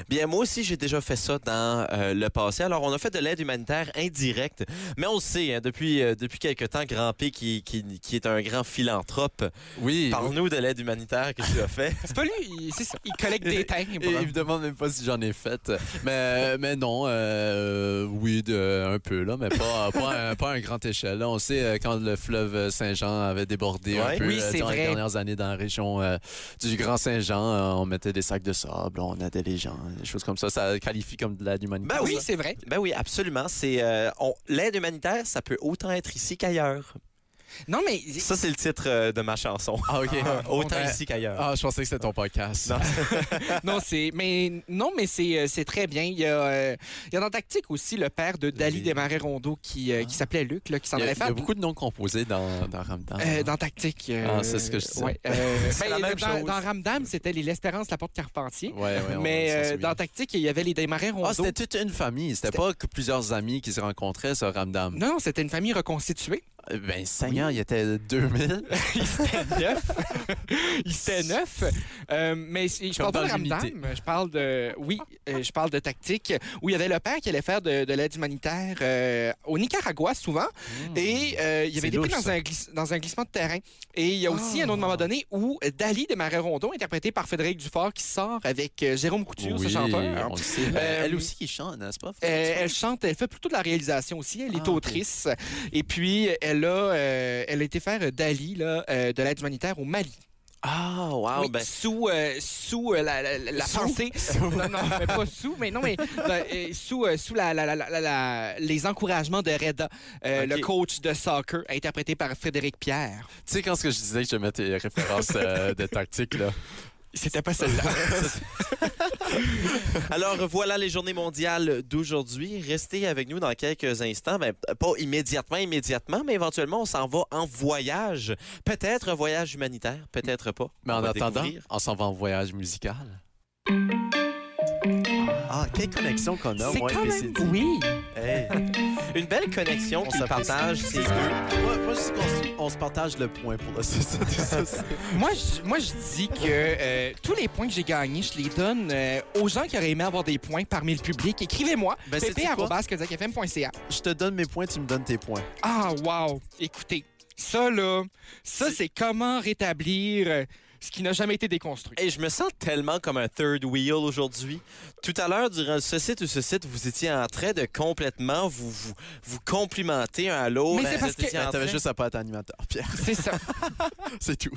Speaker 1: Bien, moi aussi, j'ai déjà fait ça dans euh, le passé. Alors, on a fait de l'aide humanitaire indirecte, mais on le sait, hein, depuis, euh, depuis quelque temps, Grand P, qui, qui, qui est un grand philanthrope,
Speaker 3: oui.
Speaker 1: parle-nous de l'aide humanitaire que tu as fait.
Speaker 2: C'est pas lui, il- c'est ça. Il collecte des timbres.
Speaker 3: Et il me demande même pas si j'en ai fait. Mais, mais non, euh, oui, de- un peu, là, mais pas, pas, un, pas à un grand échelle. là. On sait euh, quand le fleuve Saint-Jean avait débordé
Speaker 1: Ouais.
Speaker 3: un peu
Speaker 2: Oui,
Speaker 3: euh,
Speaker 2: c'est
Speaker 3: dans les
Speaker 2: vrai.
Speaker 3: dernières années dans la région euh, du Grand Saint-Jean, euh, on mettait des sacs de sable, on aidait les gens, des choses comme ça. Ça qualifie comme de l'aide humanitaire.
Speaker 1: Ben
Speaker 2: oui,
Speaker 1: oui.
Speaker 2: c'est vrai.
Speaker 1: Ben oui, absolument. C'est euh, on- l'aide humanitaire, ça peut autant être ici qu'ailleurs.
Speaker 2: Non, mais
Speaker 1: Ça, c'est le titre euh, de ma chanson.
Speaker 3: Ah, OK.
Speaker 1: Euh, autant
Speaker 3: Euh,
Speaker 1: ici qu'ailleurs.
Speaker 3: Ah, je pensais que c'était ton podcast.
Speaker 1: Non.
Speaker 2: non, c'est mais non, mais c'est euh, c'est très bien. Il y a euh, il y a dans Tactique aussi le père de Dali
Speaker 3: Oui.
Speaker 2: Desmarais Rondeau qui euh, qui s'appelait Luc là, qui s'en
Speaker 3: Il y a,
Speaker 2: allait
Speaker 3: il y a
Speaker 2: faire
Speaker 3: beaucoup de noms composés dans, dans Ramadan.
Speaker 2: Euh, dans Tactique.
Speaker 3: Ah, c'est ce que je disais.
Speaker 2: ouais, euh,
Speaker 1: C'est
Speaker 2: ben,
Speaker 1: la même
Speaker 2: dans,
Speaker 1: chose.
Speaker 2: dans Ramdam, c'était les L'Espérance, la porte Carpentier.
Speaker 3: Ouais, ouais, on
Speaker 2: mais
Speaker 3: s'en
Speaker 2: euh,
Speaker 3: souvient.
Speaker 2: dans Tactique, il y avait les démarrés rondeaux.
Speaker 3: Ah, c'était toute une famille. C'était
Speaker 2: C'était-
Speaker 3: pas que plusieurs amis qui se rencontraient sur Ramdam.
Speaker 2: non, non, c'était une famille reconstituée.
Speaker 3: Euh, Ben, Seigneur, il était 2000.
Speaker 2: Neuf. Ils étaient neuf. Euh, mais si- je
Speaker 3: Comme
Speaker 2: parle pas de
Speaker 3: dans l'unité.
Speaker 2: Ramdam. Je parle de. Oui, euh, je parle de tactique où il y avait le père qui allait faire de, de l'aide humanitaire euh, au Nicaragua souvent. Et euh, il y
Speaker 3: C'est
Speaker 2: avait été pris
Speaker 3: louche,
Speaker 2: dans
Speaker 3: ça. Ah.
Speaker 2: un, glisse- dans un glissement de terrain. Et il y a aussi un autre moment donné où Dali de Marais Rondon, interprété par Frédéric Dufort, qui sort avec euh, Jérôme Couture, ce
Speaker 3: Oui,
Speaker 2: chanteur.
Speaker 3: on le sait. Ben,
Speaker 2: Euh,
Speaker 3: elle aussi qui chante, n'est-ce pas?
Speaker 2: Euh, elle chante, elle fait plutôt de la réalisation aussi. Elle est
Speaker 3: Ah, ok.
Speaker 2: autrice. Et puis, elle a, euh, elle a été faire euh, Dali là, euh, de l'aide humanitaire au Mali.
Speaker 1: Ah, wow.
Speaker 2: Oui,
Speaker 1: ben,
Speaker 2: sous euh, sous euh, la, la- la- la
Speaker 3: Sous.
Speaker 2: pensée. Non, non, mais pas sous, mais non, mais ben, euh, sous, euh, sous la, la- la- la- la- les encouragements de Reda, euh,
Speaker 1: Ok.
Speaker 2: le coach de soccer, interprété par Frédéric Pierre.
Speaker 3: Tu sais, quand ce que je disais que je mettais tes références euh, de tactique, là.
Speaker 2: C'était pas celle-là.
Speaker 1: alors, voilà les journées mondiales d'aujourd'hui. Restez avec nous dans quelques instants. Ben, pas immédiatement, immédiatement, mais éventuellement, on s'en va en voyage. Peut-être un voyage humanitaire, peut-être pas.
Speaker 2: Ben,
Speaker 3: Mais
Speaker 1: On
Speaker 3: en
Speaker 1: va
Speaker 3: attendant,
Speaker 1: découvrir.
Speaker 3: on s'en va en voyage musical. Ah, quelle connexion qu'on a,
Speaker 2: C'est
Speaker 3: moi
Speaker 2: quand
Speaker 3: et
Speaker 2: même...
Speaker 3: PCD.
Speaker 2: Oui.
Speaker 1: Hey. Une belle connexion
Speaker 3: On
Speaker 1: qu'ils
Speaker 3: s'apprécie.
Speaker 1: partagent, ces deux.
Speaker 3: Moi, moi, je dis qu'on se- on se partage le point pour le c'est ça, c'est ça.
Speaker 2: Moi, je, moi, je dis que euh, tous les points que j'ai gagnés, je les donne euh, aux gens qui auraient aimé avoir des points parmi le public. Écrivez-moi,
Speaker 3: Ben, sais-tu quoi?
Speaker 2: pp.ca.
Speaker 3: Je te donne mes points, tu me donnes tes points.
Speaker 2: Ah, wow! Écoutez, ça, là, ça, c'est comment rétablir euh, ce qui n'a jamais été déconstruit.
Speaker 1: Et je me sens tellement comme un third wheel aujourd'hui. Tout à l'heure, durant ce site ou ce site, vous étiez en train de complètement vous, vous, vous complimenter un à l'autre. Ben,
Speaker 2: Mais c'est
Speaker 1: Vous
Speaker 2: parce que-
Speaker 1: étiez en train-
Speaker 3: T'avais juste à pas être animateur, Pierre.
Speaker 2: C'est ça.
Speaker 3: C'est tout.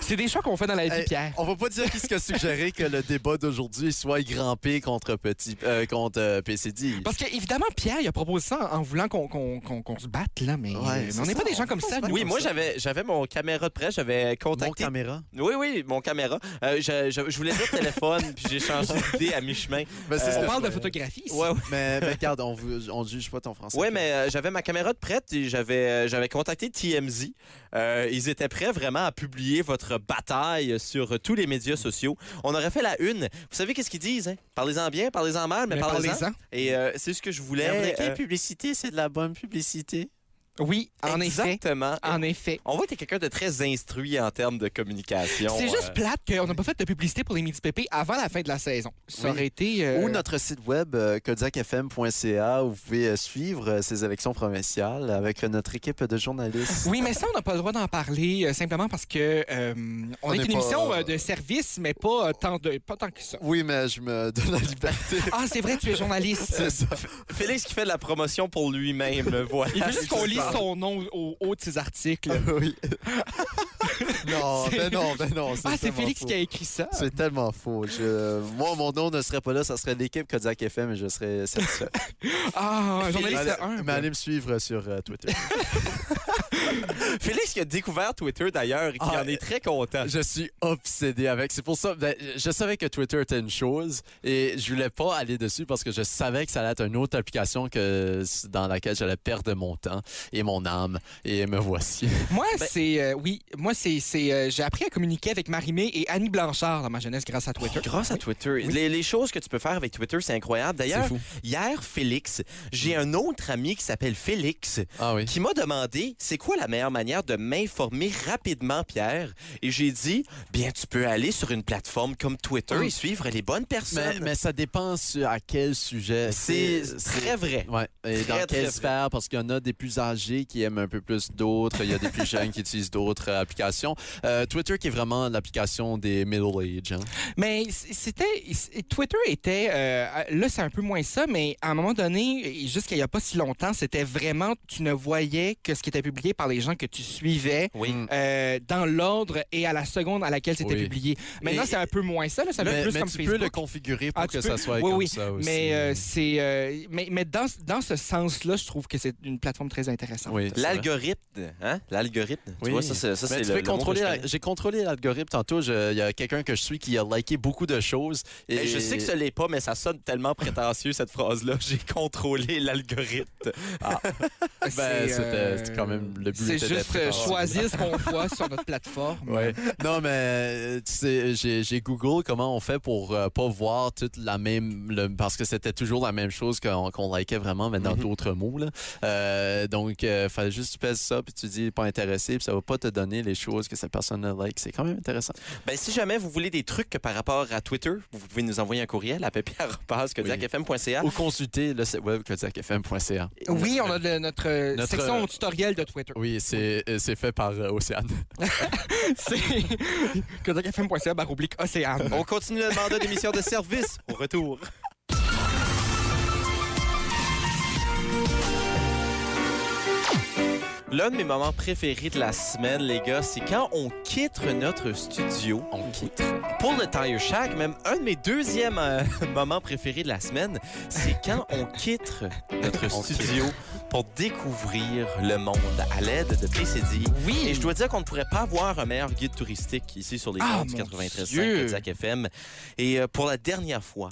Speaker 2: C'est des choix qu'on fait dans la vie,
Speaker 3: Hey,
Speaker 2: Pierre.
Speaker 3: on va pas dire qui ce qui a suggéré que le débat d'aujourd'hui soit grand P contre petit euh, contre euh, PCD.
Speaker 2: Parce que, évidemment, Pierre, il a proposé ça en en voulant qu'on qu'on- qu'on- qu'on se batte, là, mais
Speaker 3: Ouais,
Speaker 2: euh,
Speaker 3: c'est
Speaker 2: on n'est
Speaker 3: ça,
Speaker 2: pas des
Speaker 3: on
Speaker 2: gens comme ça. nous.
Speaker 1: Oui, moi, j'avais, j'avais mon caméra de près. J'avais
Speaker 3: Mon
Speaker 1: contacté.
Speaker 3: caméra.
Speaker 1: oui, oui, mon caméra. Euh, je, je- je voulais dire téléphone, puis j'ai changé d'idée à mi-chemin.
Speaker 3: Ben, c'est ce
Speaker 2: Euh, On
Speaker 3: que
Speaker 2: parle
Speaker 3: je
Speaker 2: de
Speaker 3: voulais.
Speaker 2: photographie. ici.
Speaker 1: Ouais, ouais.
Speaker 3: Mais, mais regarde, on, vous- on juge pas ton français.
Speaker 1: Ouais, mais euh, j'avais ma caméra de prête et j'avais, euh, j'avais contacté TMZ. Euh, ils étaient prêts vraiment à publier votre bataille sur euh, tous les médias sociaux. On aurait fait la une. Vous savez qu'est-ce qu'ils disent, hein? Parlez-en bien, parlez-en mal, mais,
Speaker 2: Mais
Speaker 1: parlez-en.
Speaker 2: parlez-en.
Speaker 1: Et euh, c'est ce que je voulais. euh,
Speaker 3: publicité, c'est de la bonne publicité.
Speaker 2: Oui, Euh, en effet.
Speaker 1: exactement.
Speaker 2: En effet.
Speaker 1: On voit que t'es quelqu'un de très instruit en termes de communication. euh,
Speaker 2: C'est juste plate qu'on n'a pas fait de publicité pour les Midi Pépé avant la fin de la saison. Ça aurait été. euh,
Speaker 3: Ou notre site web, euh, kodiakfm.ca, où vous pouvez euh, suivre euh, ces élections provinciales avec euh, notre équipe de journalistes.
Speaker 2: Oui, mais ça, on n'a pas le droit d'en parler euh, simplement parce que euh, on,
Speaker 3: On
Speaker 2: est une
Speaker 3: n'est pas-
Speaker 2: émission euh, de service, mais pas, euh, tant de, pas tant que ça.
Speaker 3: Oui, mais je me donne la liberté.
Speaker 2: Ah, c'est vrai, tu es journaliste.
Speaker 3: c'est ça.
Speaker 1: Félix qui fait de la promotion pour lui-même, voilà.
Speaker 2: Il veut juste qu'on lise son nom au haut de ses articles. Ah,
Speaker 3: oui. non,
Speaker 2: C'est-
Speaker 3: ben non, ben non.
Speaker 2: Ah, c'est
Speaker 3: tellement
Speaker 2: Félix
Speaker 3: faux.
Speaker 2: qui a écrit ça.
Speaker 3: C'est tellement faux. Je- Moi, mon nom ne serait pas là, ça serait l'équipe Kodiak FM et je serais satisfait.
Speaker 2: Ah, un
Speaker 3: Mais
Speaker 2: journaliste
Speaker 3: allez-
Speaker 2: un.
Speaker 3: mais allez me suivre sur euh, Twitter.
Speaker 1: Félix qui a découvert Twitter d'ailleurs et qui
Speaker 3: Ah,
Speaker 1: en est très content.
Speaker 3: Je suis obsédé avec. C'est pour ça, ben, je savais que Twitter était une chose et je voulais pas aller dessus parce que je savais que ça allait être une autre application que dans laquelle j'allais perdre mon temps et mon âme. Et me voici.
Speaker 2: Moi,
Speaker 3: Ben-
Speaker 2: c'est. euh, oui, moi, c'est. c'est, euh, J'ai appris à communiquer avec Marie-Mé et Annie Blanchard dans ma jeunesse grâce à Twitter.
Speaker 1: Grâce à Twitter.
Speaker 2: Oui.
Speaker 1: Les, les choses que tu peux faire avec Twitter, c'est incroyable.
Speaker 3: C'est
Speaker 1: D'ailleurs,
Speaker 3: fou.
Speaker 1: hier, Félix, j'ai un autre ami qui s'appelle Félix
Speaker 3: Ah oui.
Speaker 1: qui m'a demandé c'est quoi la meilleure manière de m'informer rapidement, Pierre. Et j'ai dit bien, tu peux aller sur une plateforme comme Twitter
Speaker 3: Oui.
Speaker 1: et suivre les bonnes
Speaker 3: Mais,
Speaker 1: personnes.
Speaker 3: mais ça dépend sur à quel sujet.
Speaker 1: c'est très vrai.
Speaker 3: Ouais. Et
Speaker 1: Très, très
Speaker 3: dans quelle
Speaker 1: vrai.
Speaker 3: sphère? Parce qu'il y en a des plus âgés qui aiment un peu plus d'autres. Il y a des plus jeunes qui utilisent d'autres euh, applications. Euh, Twitter qui est vraiment l'application des middle age. hein.
Speaker 2: Mais c- c'était. c- Twitter était. euh, là, c'est un peu moins ça, mais à un moment donné, et jusqu'à il n'y a pas si longtemps, c'était vraiment. Tu ne voyais que ce qui était publié par les gens que tu suivais.
Speaker 1: Oui.
Speaker 3: Hmm.
Speaker 2: euh, dans l'ordre et à la seconde à laquelle c'était
Speaker 3: Oui.
Speaker 2: publié. Maintenant,
Speaker 3: Et-
Speaker 2: c'est un peu moins ça. Là, ça va
Speaker 3: mais
Speaker 2: être plus
Speaker 3: mais
Speaker 2: comme
Speaker 3: tu
Speaker 2: Facebook.
Speaker 3: peux le configurer pour
Speaker 2: Ah, tu
Speaker 3: que
Speaker 2: peux?
Speaker 3: ça soit
Speaker 2: Oui,
Speaker 3: comme
Speaker 2: oui.
Speaker 3: ça aussi.
Speaker 2: mais euh, c'est euh, mais, mais dans, dans ce sens-là, je trouve que c'est une plateforme très intéressante.
Speaker 3: Oui, c'est vrai.
Speaker 1: L'algorithme, hein? L'algorithme.
Speaker 3: Oui.
Speaker 1: Tu vois, ça, c'est, ça,
Speaker 3: Mais
Speaker 1: c'est
Speaker 3: tu
Speaker 1: le-
Speaker 3: peux
Speaker 1: le mot que
Speaker 3: contrôler.
Speaker 1: je
Speaker 3: la-
Speaker 1: connais.
Speaker 3: J'ai contrôlé l'algorithme tantôt. Je- Il y a quelqu'un que je suis qui a liké beaucoup de choses. Et,
Speaker 1: Et Je sais que ce l'est pas, mais ça sonne tellement prétentieux, cette phrase-là. J'ai contrôlé l'algorithme.
Speaker 2: Ben,
Speaker 3: c'était- c'était quand même le but
Speaker 2: C'est
Speaker 3: était
Speaker 2: juste
Speaker 3: d'être
Speaker 2: euh,
Speaker 3: préparé.
Speaker 2: choisir ce qu'on voit sur notre plateforme.
Speaker 3: Ouais. non, mais euh, tu sais, j'ai j'ai Google comment on fait pour euh, pas voir toute la même. le- parce que c'était toujours la même chose qu'on qu'on likait vraiment, mais dans d'autres mots. Là. Euh, donc, euh, fallait juste tu pèses ça, puis tu dis pas intéressé, puis ça va pas te donner les choses que cette personne a like. C'est quand même intéressant.
Speaker 1: Ben, si jamais vous voulez des trucs par rapport à Twitter, vous pouvez nous envoyer un courriel à pépé.ca.
Speaker 3: Ou consulter le site web kodiakfm.ca.
Speaker 2: Oui, on a de- notre, euh,
Speaker 3: Notre,
Speaker 2: section
Speaker 3: euh,
Speaker 2: tutoriel de Twitter.
Speaker 3: Oui, c'est euh, c'est fait par euh, Océane.
Speaker 2: C'est kodakfm.ca barre oblique océane.
Speaker 1: On continue le mandat d'émission de service. Au retour. L'un de mes moments préférés de la semaine, les gars, c'est quand on quitte notre studio. On quitte. Pour le Tire Shack, même un de mes deuxièmes euh, moments préférés de la semaine, c'est quand on quitte notre studio pour découvrir le monde à l'aide de PCD.
Speaker 2: Oui.
Speaker 1: Et je dois dire qu'on ne pourrait pas avoir un meilleur guide touristique ici sur les
Speaker 2: Ah,
Speaker 1: ondes du
Speaker 2: mon
Speaker 1: 93.5
Speaker 2: Dieu.
Speaker 1: Kodiak FM. Et euh, pour la dernière fois,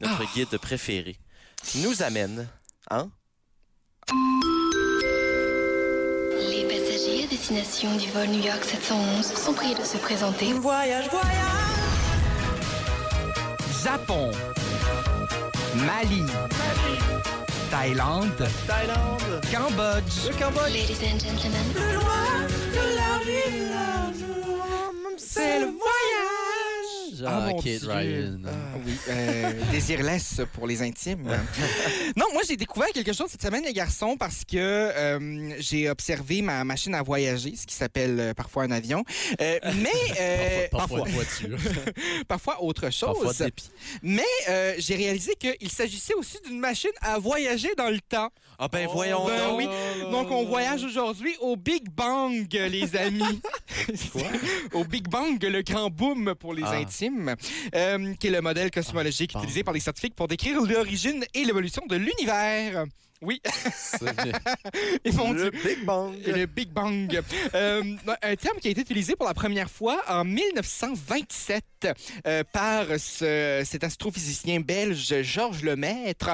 Speaker 1: notre
Speaker 2: Ah.
Speaker 1: guide préféré nous amène hein? en
Speaker 6: Les passagers à destination du vol New York 711 sont priés de se présenter.
Speaker 7: Japon. Mali. Thaïlande.
Speaker 1: Thaïlande.
Speaker 7: Cambodge.
Speaker 6: Ladies and gentlemen,
Speaker 2: C'est le voyage.
Speaker 3: hommage
Speaker 2: Ah,
Speaker 3: à
Speaker 2: mon
Speaker 3: Kate
Speaker 2: Dieu.
Speaker 3: Ryan.
Speaker 2: Oui, euh, désirless pour les intimes. non, moi, j'ai découvert quelque chose cette semaine, les garçons, parce que euh, j'ai observé ma machine à voyager, ce qui s'appelle euh, parfois un avion, Euh, mais euh,
Speaker 3: parfois, une voiture.
Speaker 2: parfois autre chose.
Speaker 3: parfois des pi-
Speaker 2: Mais euh, j'ai réalisé qu'il s'agissait aussi d'une machine à voyager dans le temps.
Speaker 1: Ah ben voyons
Speaker 2: ben
Speaker 1: donc.
Speaker 2: oui. Donc,
Speaker 3: Oh.
Speaker 2: on voyage aujourd'hui au Big Bang, les amis. au Big Bang, le grand boom pour les
Speaker 3: Ah.
Speaker 2: intimes, euh, qui est le modèle cosmologique
Speaker 3: Bang.
Speaker 2: utilisé par les scientifiques pour décrire l'origine et l'évolution de l'univers. Oui,
Speaker 3: C'est bien.
Speaker 2: et mon
Speaker 1: Le
Speaker 2: Dieu.
Speaker 1: Big Bang.
Speaker 2: Le Big Bang. Euh, un terme qui a été utilisé pour la première fois en 1927 euh, par ce- cet astrophysicien belge Georges Lemaître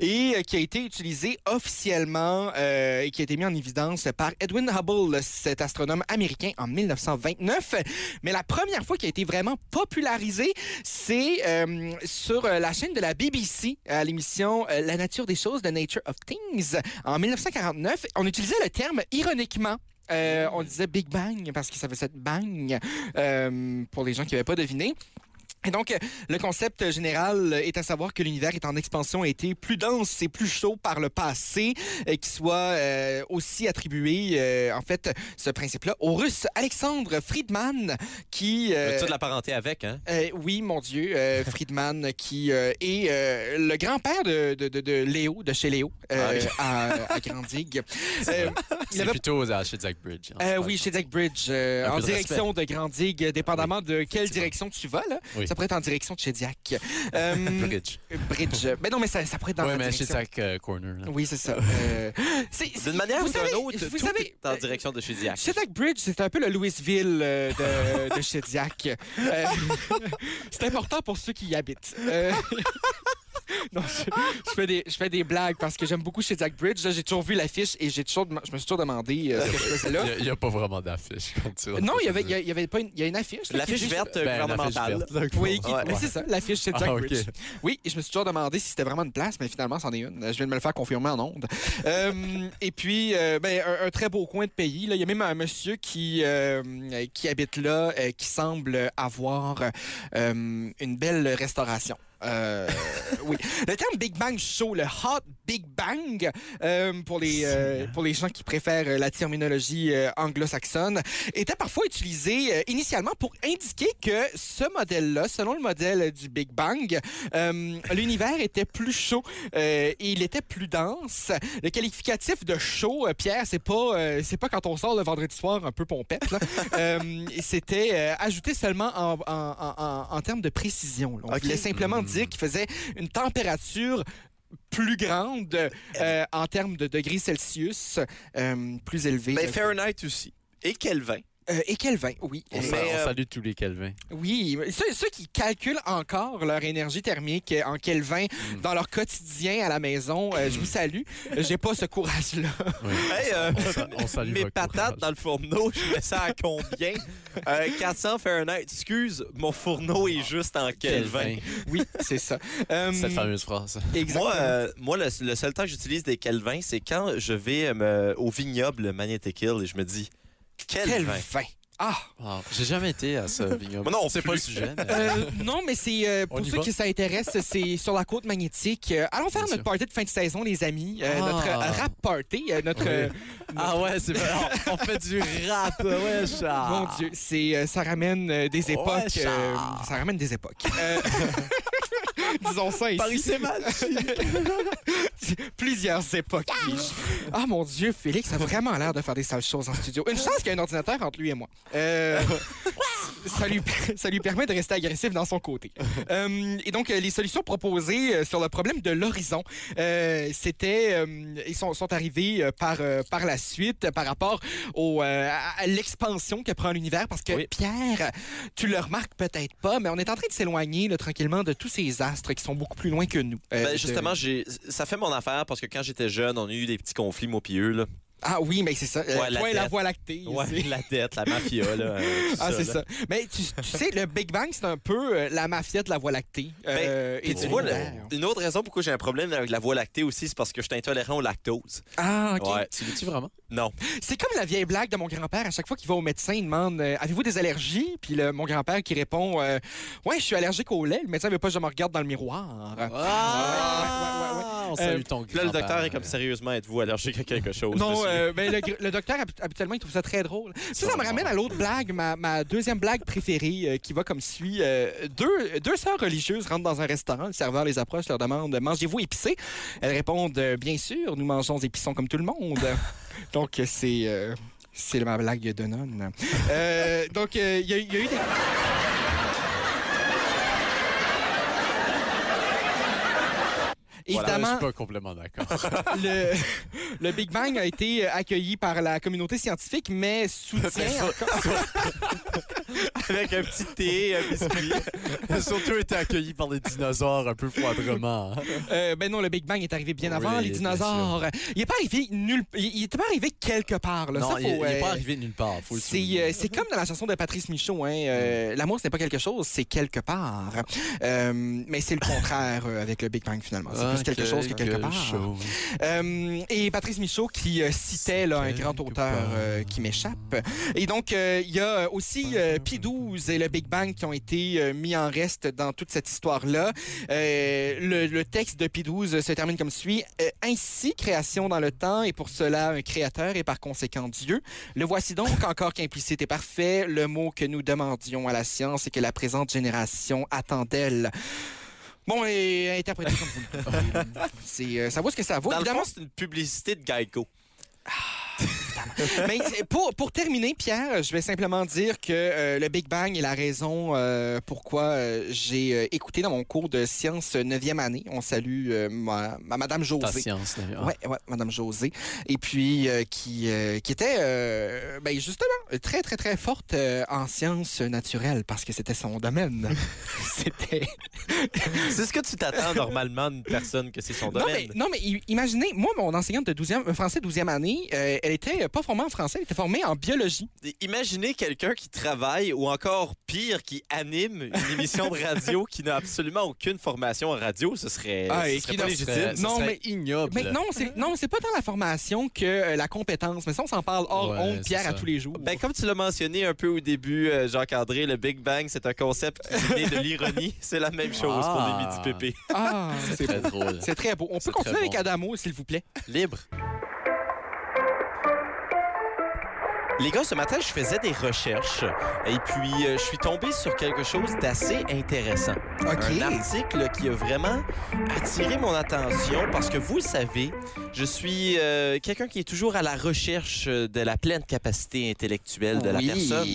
Speaker 2: et euh, qui a été utilisé officiellement euh, et qui a été mis en évidence par Edwin Hubble, cet astronome américain, en 1929. Mais la première fois qui a été vraiment popularisé, c'est euh, sur euh, la chaîne de la BBC, à l'émission euh, La nature des choses, The Nature of Things, en 1949, on utilisait le terme ironiquement. Euh, on disait Big Bang parce que ça faisait bang euh, pour les gens qui n'avaient pas deviné. Et donc, euh, le concept général est à savoir que l'univers est en expansion, a été plus dense et plus chaud par le passé, et qui soit euh, aussi attribué, euh, en fait, ce principe-là au russe Alexandre Friedman, qui... euh,
Speaker 1: As-tu de la parenté avec, hein?
Speaker 2: euh, oui, mon Dieu, euh, Friedman, qui euh, est euh, le grand-père de, de, de- de Léo, de chez Léo, euh,
Speaker 1: Ah,
Speaker 2: à, à Grand Digue. Euh, il
Speaker 3: C'est
Speaker 2: avait-
Speaker 3: plutôt à Shedzak Bridge. en
Speaker 2: euh,
Speaker 3: fait.
Speaker 2: oui, chez Zach Bridge, euh,
Speaker 3: Un peu
Speaker 2: en
Speaker 3: de
Speaker 2: direction de Grand Digue, dépendamment de quelle direction tu vas. Là.
Speaker 3: Oui.
Speaker 2: Ça pourrait être en direction de chez Diac. Euh,
Speaker 3: Bridge.
Speaker 2: Bridge. Ben non, mais ça, ça pourrait être dans
Speaker 3: Oui,
Speaker 2: la
Speaker 3: mais
Speaker 2: direction.
Speaker 3: Shedzak euh, Corner. là.
Speaker 2: Oui, c'est ça. Euh, c'est- c'est-
Speaker 1: D'une manière
Speaker 2: vous
Speaker 1: ou d'une
Speaker 2: savez-
Speaker 1: autre,
Speaker 2: vous
Speaker 1: tout
Speaker 2: savez-
Speaker 1: est en direction de chez Diac.
Speaker 2: Shediac Bridge, c'est un peu le Louisville euh, de, de Shediac. Euh, c'est important pour ceux qui y habitent. Euh, non, je, je fais des, je fais des blagues parce que j'aime beaucoup Shediac Bridge. Là, J'ai toujours vu l'affiche et j'ai toujours, dem- je me suis toujours demandé euh, ce que je faisais là.
Speaker 3: Il n'y a, pas vraiment d'affiche. quand tu-
Speaker 2: Non, il y avait, il y a- il y avait pas une, il y a une affiche. là, qui
Speaker 1: L'affiche
Speaker 2: dit-
Speaker 1: verte
Speaker 3: Ben, l'affiche
Speaker 1: euh, gouvernementale.
Speaker 3: verte, donc,
Speaker 2: Oui, qui-
Speaker 3: ouais.
Speaker 2: oui, c'est ça, l'affiche Shediac
Speaker 3: Ah, ok.
Speaker 2: Bridge. Oui, et je me suis toujours demandé si c'était vraiment une place, mais finalement, c'en est une. Je viens de me le faire confirmer en ondes. Euh, et puis, euh, ben, un, un très beau coin de pays. Là. Il y a même un monsieur qui, euh, qui habite là, euh, qui semble avoir euh, une belle restauration. Euh, oui. Le terme Big Bang Show, le Hot Big Bang, euh, pour, les, euh, pour les gens qui préfèrent euh, la terminologie euh, anglo-saxonne, était parfois utilisé euh, initialement pour indiquer que ce modèle-là, selon le modèle du Big Bang, euh, l'univers était plus chaud euh, et il était plus dense. Le qualificatif de chaud, euh, Pierre, c'est pas euh, c'est pas quand on sort le vendredi soir un peu pompette. là. Euh, C'était euh, ajouté seulement en, en- en- en- en termes de précision. là. On
Speaker 1: Ok.
Speaker 2: voulait simplement
Speaker 3: Mm.
Speaker 2: dire qu'il faisait une température plus grande euh, en termes de degrés Celsius, euh, plus élevée.
Speaker 1: Ben,
Speaker 2: là.
Speaker 1: Fahrenheit aussi. Et Kelvin.
Speaker 2: Euh, et Kelvin, oui.
Speaker 3: On,
Speaker 2: Euh,
Speaker 3: sa-
Speaker 1: Mais,
Speaker 3: on
Speaker 1: euh,
Speaker 3: salue tous les Calvin.
Speaker 2: Oui, mais ceux, ceux qui calculent encore leur énergie thermique euh, en Kelvin
Speaker 3: Mm.
Speaker 2: dans leur quotidien à la maison, euh, je vous salue. J'ai pas ce courage-là.
Speaker 1: Hey, euh,
Speaker 3: On, sa- on salue
Speaker 1: mes
Speaker 3: votre
Speaker 1: patates
Speaker 3: courage.
Speaker 1: dans le fourneau, je mets ça à combien? Euh, 400 Fahrenheit. Excuse, mon fourneau est juste en Kelvin.
Speaker 2: Oui, c'est ça. Euh,
Speaker 3: Cette fameuse phrase.
Speaker 2: exactement.
Speaker 1: Moi, euh, moi le, le seul temps que j'utilise des Kelvin, c'est quand je vais euh, me- au vignoble Magnetic Hill et je me dis Kelvin.
Speaker 2: Kelvin. Ah!
Speaker 3: Wow. J'ai jamais été à ce vignoble.
Speaker 1: Moi non
Speaker 3: c'est
Speaker 1: plus.
Speaker 3: pas le sujet. mais-
Speaker 2: Euh, non, mais c'est euh,
Speaker 3: On
Speaker 2: pour
Speaker 3: y
Speaker 2: ceux
Speaker 3: va.
Speaker 2: qui ça intéresse, c'est sur la côte magnétique. Euh, allons faire
Speaker 3: Bien
Speaker 2: notre
Speaker 3: sûr.
Speaker 2: party de fin de saison, les amis. Euh,
Speaker 3: Ah.
Speaker 2: Notre euh, rap party, euh, notre.
Speaker 3: Oui.
Speaker 2: euh,
Speaker 3: Ah ouais, c'est vrai. On, on fait du rap, ouais, chat.
Speaker 2: Mon Dieu, c'est euh, ça ramène euh, des
Speaker 3: Ouais,
Speaker 2: époques.
Speaker 3: ça.
Speaker 2: euh, ça ramène des époques. Euh, disons ça ici.
Speaker 3: Paris, c'est magique.
Speaker 2: plusieurs époques. dis-je. Ah mon Dieu, Félix, ça a vraiment l'air de faire des sales choses en studio. Une chance qu'il y a un ordinateur entre lui et moi. Euh, ça, lui, ça lui permet de rester agressif dans son côté. Euh, et donc, euh, les solutions proposées euh, sur le problème de l'horizon, euh, c'était, euh, ils sont, sont arrivés euh, par, euh, par la suite euh, par rapport au, euh, à à l'expansion que prend l'univers. Parce que, Pierre, tu le remarques peut-être pas, mais on est en train de s'éloigner là, tranquillement de tous ces astres qui sont beaucoup plus loin que nous. Euh,
Speaker 1: Ben,
Speaker 2: de-
Speaker 1: justement, j'ai ça fait mon affaire parce que quand j'étais jeune, on a eu des petits conflits, moi pis eux, là.
Speaker 2: Ah oui, mais c'est ça. Euh,
Speaker 1: Ouais, la
Speaker 2: toi et la
Speaker 1: dette.
Speaker 2: voie lactée.
Speaker 1: Ouais,
Speaker 2: c'est-
Speaker 1: la dette, la mafia, là. euh, tout
Speaker 2: Ah, c'est
Speaker 1: là.
Speaker 2: ça. Mais tu, tu sais, le Big Bang, c'est un peu euh, la mafia de la voie lactée. euh,
Speaker 1: Ben, Puis
Speaker 2: et
Speaker 1: tu
Speaker 2: du
Speaker 1: vois, le-
Speaker 2: univers.
Speaker 1: une autre raison pourquoi j'ai un problème avec la voie lactée aussi, c'est parce que je suis intolérant au lactose.
Speaker 2: Ah, OK.
Speaker 1: Ouais.
Speaker 3: Tu l'as-tu vraiment?
Speaker 1: Non.
Speaker 2: C'est comme la vieille blague de mon grand-père. À chaque fois qu'il va au médecin, il demande euh, Avez-vous des allergies Puis le- mon grand-père qui répond euh, Ouais, je suis allergique au lait. Le médecin veut pas que je me regarde dans le miroir.
Speaker 3: Ah! On salue
Speaker 2: Euh,
Speaker 3: ton
Speaker 1: Puis là, le
Speaker 3: grand-père.
Speaker 1: docteur est comme sérieusement, êtes-vous allergique à quelque chose?
Speaker 2: Non,
Speaker 1: monsieur?
Speaker 2: euh, ben, le, gr- le docteur, hab- habituellement, il trouve ça très drôle. Ça,
Speaker 3: Oh.
Speaker 2: ça me ramène à l'autre blague, ma, ma deuxième blague préférée, euh, qui va comme suit. Euh, deux, deux sœurs religieuses rentrent dans un restaurant. Le serveur les approche, leur demande « Mangez-vous épicé? » Elles répondent euh, Bien sûr, nous mangeons épicons comme tout le monde. » Donc, euh, c'est... euh, c'est ma blague de nonne. Euh, donc, euh, il y, a- il y a eu des...
Speaker 3: Voilà,
Speaker 2: Évidemment,
Speaker 3: je suis pas complètement d'accord.
Speaker 2: le, le Big Bang a été euh, accueilli par la communauté scientifique, mais soutient.
Speaker 1: Avec un petit thé, un biscuit.
Speaker 3: Surtout été accueilli par des dinosaures un peu foindrement. hein.
Speaker 2: Euh, ben non, le Big Bang est arrivé bien
Speaker 3: Oui,
Speaker 2: avant les
Speaker 3: bien
Speaker 2: dinosaures. Il est pas arrivé nulle. Il il est pas arrivé quelque part. Là.
Speaker 3: Non,
Speaker 2: Ça,
Speaker 3: il,
Speaker 2: faut,
Speaker 3: il est
Speaker 2: euh,
Speaker 3: pas arrivé nulle part. Faut le
Speaker 2: C'est
Speaker 3: souligner. Mm.
Speaker 2: euh, c'est comme dans la chanson de Patrice Michaud, hein, euh, l'amour ce n'est pas quelque chose, c'est quelque part. Euh, mais c'est le contraire euh, avec le Big Bang finalement. C'est plus quelque Ah, chose que quelque part.
Speaker 3: chose.
Speaker 2: Euh, et Patrice Michaud qui euh, citait là, un
Speaker 3: C'était
Speaker 2: grand
Speaker 3: quelque
Speaker 2: auteur
Speaker 3: part.
Speaker 2: euh, qui m'échappe. Et donc, euh, il y a euh, aussi euh, Pi 12 et le Big Bang qui ont été euh, mis en reste dans toute cette histoire-là. Euh, le, le texte de Pi 12 se termine comme suit. Euh, ainsi, création dans le temps et pour cela un créateur et par conséquent Dieu. Le voici donc encore qu'implicite et parfait, le mot que nous demandions à la science et que la présente génération attend d'elle. Bon, et interprété comme vous le pouvez. là. C'est, euh, ça vaut ce que ça vaut.
Speaker 1: Dans le
Speaker 2: Évidemment,
Speaker 1: fond, c'est une publicité de Geico.
Speaker 2: Mais c'est- pour, pour terminer, Pierre, je vais simplement dire que euh, le Big Bang est la raison euh, pourquoi euh, j'ai euh, écouté dans mon cours de sciences 9e année. On salue euh, ma, ma- Madame
Speaker 3: Ta
Speaker 2: José.
Speaker 3: science, d'ailleurs.
Speaker 2: Ouais, ouais, Madame José. Et puis, euh, qui, euh, qui était, euh, ben, justement, très, très, très forte euh, en sciences naturelles parce que c'était son domaine. c'était.
Speaker 1: C'est ce que tu t'attends normalement d'une personne que c'est son
Speaker 2: Non mais,
Speaker 1: domaine.
Speaker 2: non, mais i- imaginez, moi, mon enseignante de 12e, euh, français 12e année, euh, elle était pas formée en français, elle était formée en biologie.
Speaker 1: Imaginez quelqu'un qui travaille ou encore pire, qui anime une émission de radio qui n'a absolument aucune formation en radio. Ce serait,
Speaker 2: Ah,
Speaker 1: ce
Speaker 2: et
Speaker 1: serait
Speaker 2: qui
Speaker 1: pas
Speaker 2: n'a-
Speaker 1: légitime.
Speaker 3: Serait- ce
Speaker 2: Non,
Speaker 3: serait
Speaker 2: mais-
Speaker 3: ignoble.
Speaker 2: Mais non, c'est non, c'est pas tant la formation que euh, la compétence. Mais ça, on s'en parle hors
Speaker 3: Ouais,
Speaker 2: honte,
Speaker 3: c'est
Speaker 2: Pierre,
Speaker 3: ça.
Speaker 2: à tous les jours.
Speaker 1: Ben, comme tu l'as mentionné un peu au début, euh, Jacques-André, le Big Bang, c'est un concept qui est né de l'ironie. C'est la même chose
Speaker 3: Ah.
Speaker 1: pour les midi-pépés.
Speaker 2: Ah,
Speaker 3: C'est très drôle.
Speaker 2: c'est très beau. On
Speaker 3: C'est
Speaker 2: peut continuer
Speaker 3: très
Speaker 2: avec
Speaker 3: bon.
Speaker 2: Adamo, s'il vous plaît.
Speaker 3: Libre.
Speaker 1: Les gars, ce matin, je faisais des recherches et puis euh, je suis tombé sur quelque chose d'assez intéressant. Un article qui a vraiment attiré mon attention parce que vous le savez, je suis euh, quelqu'un qui est toujours à la recherche euh, de la pleine capacité intellectuelle de la personne.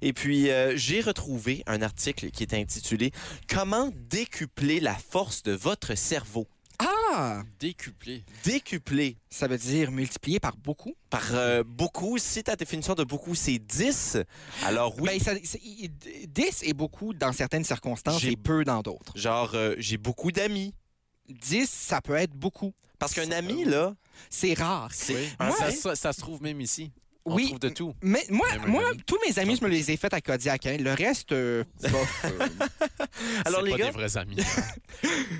Speaker 1: Et puis, euh, j'ai retrouvé un article qui est intitulé Comment décupler la force de votre cerveau
Speaker 2: Ah,
Speaker 3: Décuplé.
Speaker 1: Décupler
Speaker 2: ça veut dire multiplié par beaucoup.
Speaker 1: par euh, beaucoup. Si ta définition de beaucoup, c'est 10, alors oui.
Speaker 2: Ben, ça- c'est- i- d- 10 est beaucoup dans certaines circonstances
Speaker 1: J'ai-
Speaker 2: et peu dans d'autres.
Speaker 1: Genre, euh, j'ai beaucoup d'amis.
Speaker 2: 10, ça peut être beaucoup.
Speaker 1: Parce qu'un ami, là,
Speaker 2: C'est rare.
Speaker 1: c'est un
Speaker 3: Ah,
Speaker 2: Moi,
Speaker 3: ça,
Speaker 2: hein?
Speaker 3: se- ça se trouve même ici. On
Speaker 2: Oui.
Speaker 3: trouve de tout.
Speaker 2: Mais moi,
Speaker 3: Même un
Speaker 2: moi
Speaker 3: ami.
Speaker 2: tous mes amis, je me les ai faits à Kodiak. hein. Le reste, euh, bof, euh,
Speaker 1: Alors,
Speaker 3: C'est
Speaker 1: les
Speaker 3: pas
Speaker 1: gars-
Speaker 3: des vrais amis.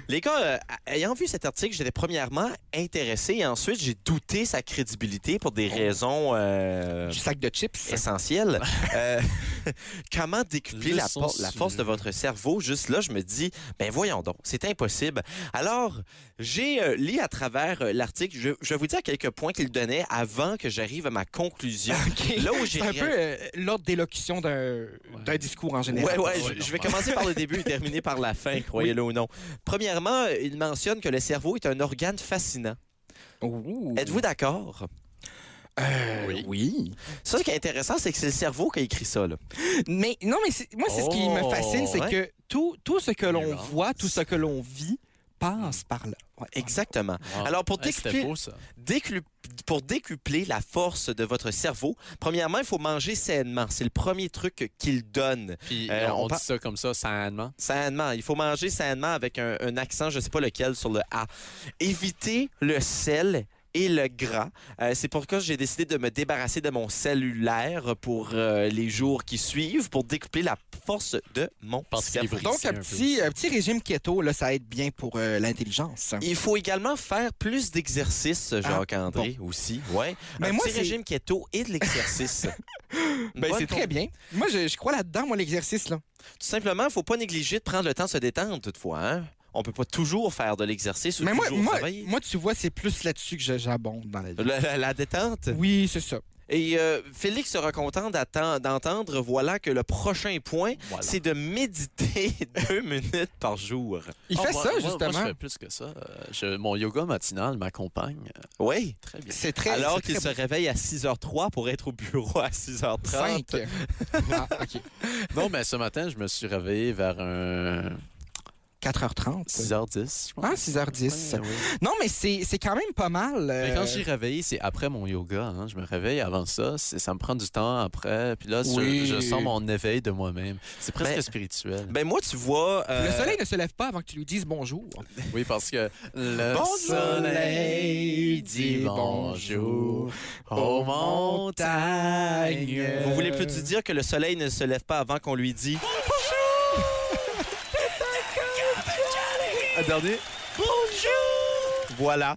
Speaker 1: Les gars, euh, a- ayant vu cet article, j'étais premièrement intéressé et ensuite j'ai douté sa crédibilité pour des
Speaker 2: Oh.
Speaker 1: raisons euh,
Speaker 2: du sac de chips.
Speaker 1: essentielles. Euh, comment décupler la,
Speaker 3: Leçon
Speaker 1: por- la force de
Speaker 3: sur-
Speaker 1: votre cerveau? Juste là, je me dis, ben voyons donc, c'est impossible. Alors, j'ai euh, lu à travers euh, l'article, je, je vais vous dire quelques points qu'il donnait avant que j'arrive à ma conclusion. Là où j'ai
Speaker 2: C'est un
Speaker 1: réalisé-
Speaker 2: peu euh, l'ordre d'élocution d'un d'un discours en général.
Speaker 1: Ouais, ouais,
Speaker 3: Ouais,
Speaker 1: je, je vais
Speaker 3: normal.
Speaker 1: commencer par le début et terminer par la fin, croyez-le ou non. Premièrement, euh, il mentionne que le cerveau est un organe fascinant.
Speaker 2: Ouh.
Speaker 1: Êtes-vous d'accord?
Speaker 2: Euh, oui.
Speaker 1: Ça, ce qui est intéressant, c'est que c'est le cerveau qui a écrit ça. là.
Speaker 3: Ah.
Speaker 2: Mais non, mais c'est- moi, c'est ce qui me
Speaker 3: Oh,
Speaker 2: fascine, c'est
Speaker 1: ouais.
Speaker 2: que tout, tout ce que l'on
Speaker 3: Nuance.
Speaker 2: voit, tout ce que l'on vit passe par là. Ouais.
Speaker 1: Exactement.
Speaker 3: Wow.
Speaker 1: Alors, pour
Speaker 3: Ouais, Ah. C'était
Speaker 1: t'expliquer-
Speaker 3: beau, ça.
Speaker 1: Déclu- Pour décupler la force de votre cerveau, premièrement, il faut manger sainement. C'est le premier truc qu'il donne.
Speaker 3: Puis
Speaker 1: Euh,
Speaker 3: on,
Speaker 1: on par-
Speaker 3: dit ça comme ça, sainement.
Speaker 1: Sainement. Il faut manger sainement avec un, un accent, je ne sais pas lequel, sur le A. Évitez le sel et le gras. Euh, c'est pourquoi j'ai décidé de me débarrasser de mon cellulaire pour euh, les jours qui suivent pour décupler la force de mon
Speaker 3: Parce qu'il
Speaker 1: cerveau.
Speaker 3: brille.
Speaker 2: Donc,
Speaker 3: C'est
Speaker 2: un
Speaker 3: un peu
Speaker 2: petit, un petit régime keto, là, ça aide bien pour euh, l'intelligence.
Speaker 1: Il faut également faire plus d'exercices, Jacques-André, aussi. Ouais.
Speaker 2: Ah, Mais
Speaker 1: un
Speaker 2: moi,
Speaker 1: petit
Speaker 2: c'est-
Speaker 1: régime keto et de l'exercice. Une
Speaker 2: Ben,
Speaker 1: bonne
Speaker 2: c'est très bien. Moi, je, je crois là-dedans, moi, l'exercice, là.
Speaker 1: Tout simplement, faut pas négliger de prendre le temps de se détendre toutefois. Hein? On peut pas toujours faire de l'exercice ou
Speaker 2: Mais moi,
Speaker 1: toujours
Speaker 2: moi,
Speaker 1: travailler.
Speaker 2: moi, tu vois, c'est plus là-dessus que je- j'abonde dans la vie.
Speaker 1: La, la- la détente.
Speaker 2: Oui, c'est ça.
Speaker 1: Et euh, Félix sera content d'atten- d'entendre, voilà que le prochain point,
Speaker 3: Voilà.
Speaker 1: c'est de méditer deux minutes par jour.
Speaker 2: Il
Speaker 3: Ah,
Speaker 2: fait
Speaker 3: moi-
Speaker 2: ça,
Speaker 3: moi-
Speaker 2: justement.
Speaker 3: Moi, je fais plus que ça. Euh, je- mon yoga matinal m'accompagne euh,
Speaker 1: Oui.
Speaker 3: très bien.
Speaker 2: C'est très.
Speaker 1: Alors
Speaker 2: c'est
Speaker 1: qu'il se
Speaker 2: très
Speaker 1: réveille à 6h03 pour être au bureau à 6h30.
Speaker 2: Cinq. Ah, OK.
Speaker 3: Non, mais ce matin, je me suis réveillé vers un
Speaker 2: 4h30.
Speaker 3: 6h10, je pense.
Speaker 2: Ah, 6h10.
Speaker 3: Ouais, ouais.
Speaker 2: Non, mais c'est c'est quand même pas mal. euh,
Speaker 3: Mais quand je suis réveillé, c'est après mon yoga. hein. Je me réveille avant ça. C'est- Ça me prend du temps après. Puis là, je-
Speaker 2: Oui.
Speaker 3: je, sens mon éveil de moi-même. C'est presque
Speaker 1: Mais-
Speaker 3: spirituel.
Speaker 1: Ben moi, tu vois... euh,
Speaker 2: Le soleil ne se lève pas avant que tu lui dises bonjour.
Speaker 3: Oui, parce que le
Speaker 2: Bonjour.
Speaker 3: soleil dit bonjour aux montagnes.
Speaker 1: Vous voulez plutôt dire que le soleil ne se lève pas avant qu'on lui dit... Attendez. Bonjour! Voilà.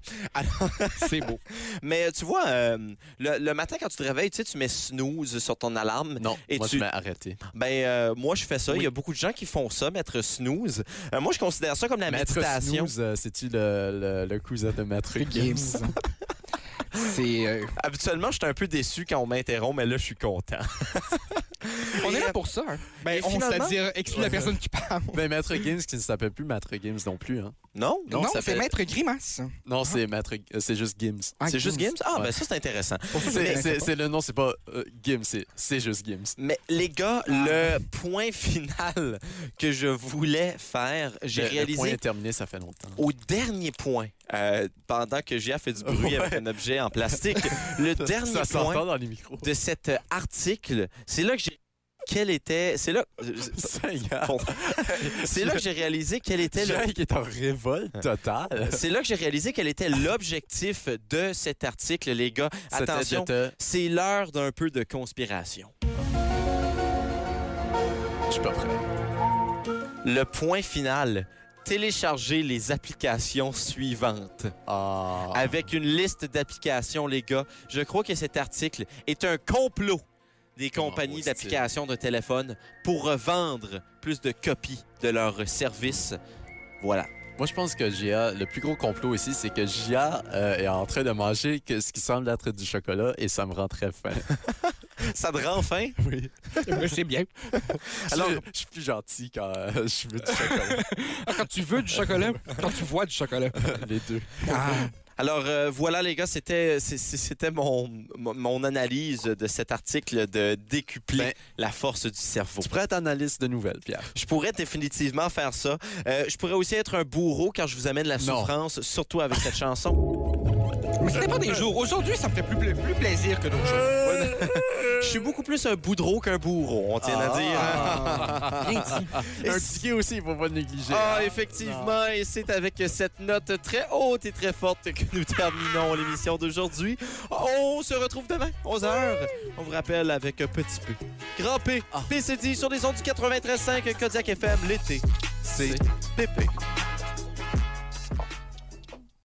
Speaker 2: C'est beau.
Speaker 1: Mais euh, tu vois, euh, le, le matin quand tu te réveilles, tu sais, tu mets snooze sur ton alarme.
Speaker 3: Non,
Speaker 1: Et
Speaker 3: moi,
Speaker 1: tu-
Speaker 3: je m'ai arrêté.
Speaker 1: Ben, euh, moi, je fais ça. Il y a beaucoup de gens qui font ça, mettre snooze. Euh, moi, je considère ça comme la
Speaker 3: Maître
Speaker 1: méditation.
Speaker 3: Snooze, euh, c'est-tu le, le- le cousin de Maître Gims?
Speaker 2: C'est. euh,
Speaker 1: Habituellement, je suis un peu déçu quand on m'interrompt, mais là, je suis content.
Speaker 2: on est
Speaker 1: Et,
Speaker 2: là
Speaker 1: euh,
Speaker 2: pour ça. hein. Ben,
Speaker 1: et
Speaker 2: on,
Speaker 1: finalement-
Speaker 2: c'est-à-dire exclut la personne qui parle.
Speaker 3: Ben, Maître Gims qui ne s'appelle plus Maître Gims non plus. Hein.
Speaker 1: Non?
Speaker 3: Non,
Speaker 2: Non,
Speaker 3: ça
Speaker 2: c'est
Speaker 3: fait-
Speaker 2: Maître Grimace.
Speaker 3: Non, c'est Maître... euh, c'est juste Gims.
Speaker 2: Ah,
Speaker 1: c'est juste
Speaker 2: Gims.
Speaker 1: Gims? Ah,
Speaker 3: Ouais.
Speaker 1: ben ça, c'est intéressant.
Speaker 2: Pour ça, je
Speaker 3: C'est-
Speaker 2: connaissais
Speaker 3: C'est
Speaker 2: pas.
Speaker 3: c'est le nom, c'est pas euh, Gims, c'est- c'est juste Gims.
Speaker 1: Mais les gars,
Speaker 3: Ah.
Speaker 1: le point final que je voulais faire, j'ai
Speaker 3: Le- Le point
Speaker 1: réalisé
Speaker 3: est terminé, ça fait longtemps.
Speaker 1: au dernier point, euh, pendant que JF fait du bruit avec un objet en plastique, le dernier
Speaker 3: ça
Speaker 1: point...
Speaker 3: s'entend dans les micros.
Speaker 1: de cet euh, article, c'est là que j'ai quel était c'est là
Speaker 3: Seigneur.
Speaker 1: Bon. c'est là que j'ai réalisé quel était le
Speaker 3: Jack est en
Speaker 2: Ah.
Speaker 3: révolte totale.
Speaker 1: c'est là que j'ai réalisé quel était l'objectif de cet article les gars
Speaker 3: C'était
Speaker 1: attention
Speaker 3: de te-
Speaker 1: c'est l'heure d'un peu de conspiration
Speaker 3: Je suis pas prêt.
Speaker 1: le point final télécharger les applications suivantes
Speaker 3: Ah.
Speaker 1: avec une liste d'applications les gars je crois que cet article est un complot des
Speaker 3: Ah,
Speaker 1: compagnies
Speaker 3: hostile.
Speaker 1: d'applications de téléphone pour revendre plus de copies de leurs services voilà
Speaker 3: Moi, je pense que Gia, le plus gros complot ici, c'est que Gia euh, est en train de manger que- ce qui semble être du chocolat et ça me rend très faim.
Speaker 1: Ça te rend faim?
Speaker 3: Oui.
Speaker 2: Mais c'est bien.
Speaker 3: Alors, je, je suis plus gentil quand euh, je veux du chocolat.
Speaker 2: Ah, Quand tu veux du chocolat, quand tu vois du chocolat.
Speaker 3: les deux.
Speaker 2: Ah.
Speaker 1: Alors euh, voilà les gars, c'était c'est- c'est- c'était mon, mon mon analyse de cet article de décupler
Speaker 3: Ben,
Speaker 1: la force du cerveau.
Speaker 3: Tu prends ta analyse de nouvelles, Pierre.
Speaker 1: Je pourrais définitivement faire ça. Euh, je pourrais aussi être un bourreau quand je vous amène la
Speaker 3: Non.
Speaker 1: souffrance, surtout avec cette chanson.
Speaker 2: Mais c'était pas des jours. Aujourd'hui, ça me fait plus, pla- plus plaisir que d'autres jours.
Speaker 1: Je suis beaucoup plus un boudreau qu'un bourreau, on tient à dire.
Speaker 2: ah. Bien dit.
Speaker 3: Un ticket aussi, il faut pas le négliger. hein.
Speaker 1: Ah, effectivement, et c'est avec cette note très haute et très forte que nous terminons l'émission d'aujourd'hui. On se retrouve demain, 11h. On vous rappelle avec un petit peu. Grand P, PCD sur les ondes du 93.5 Kodiak FM, l'été. C'est pépé.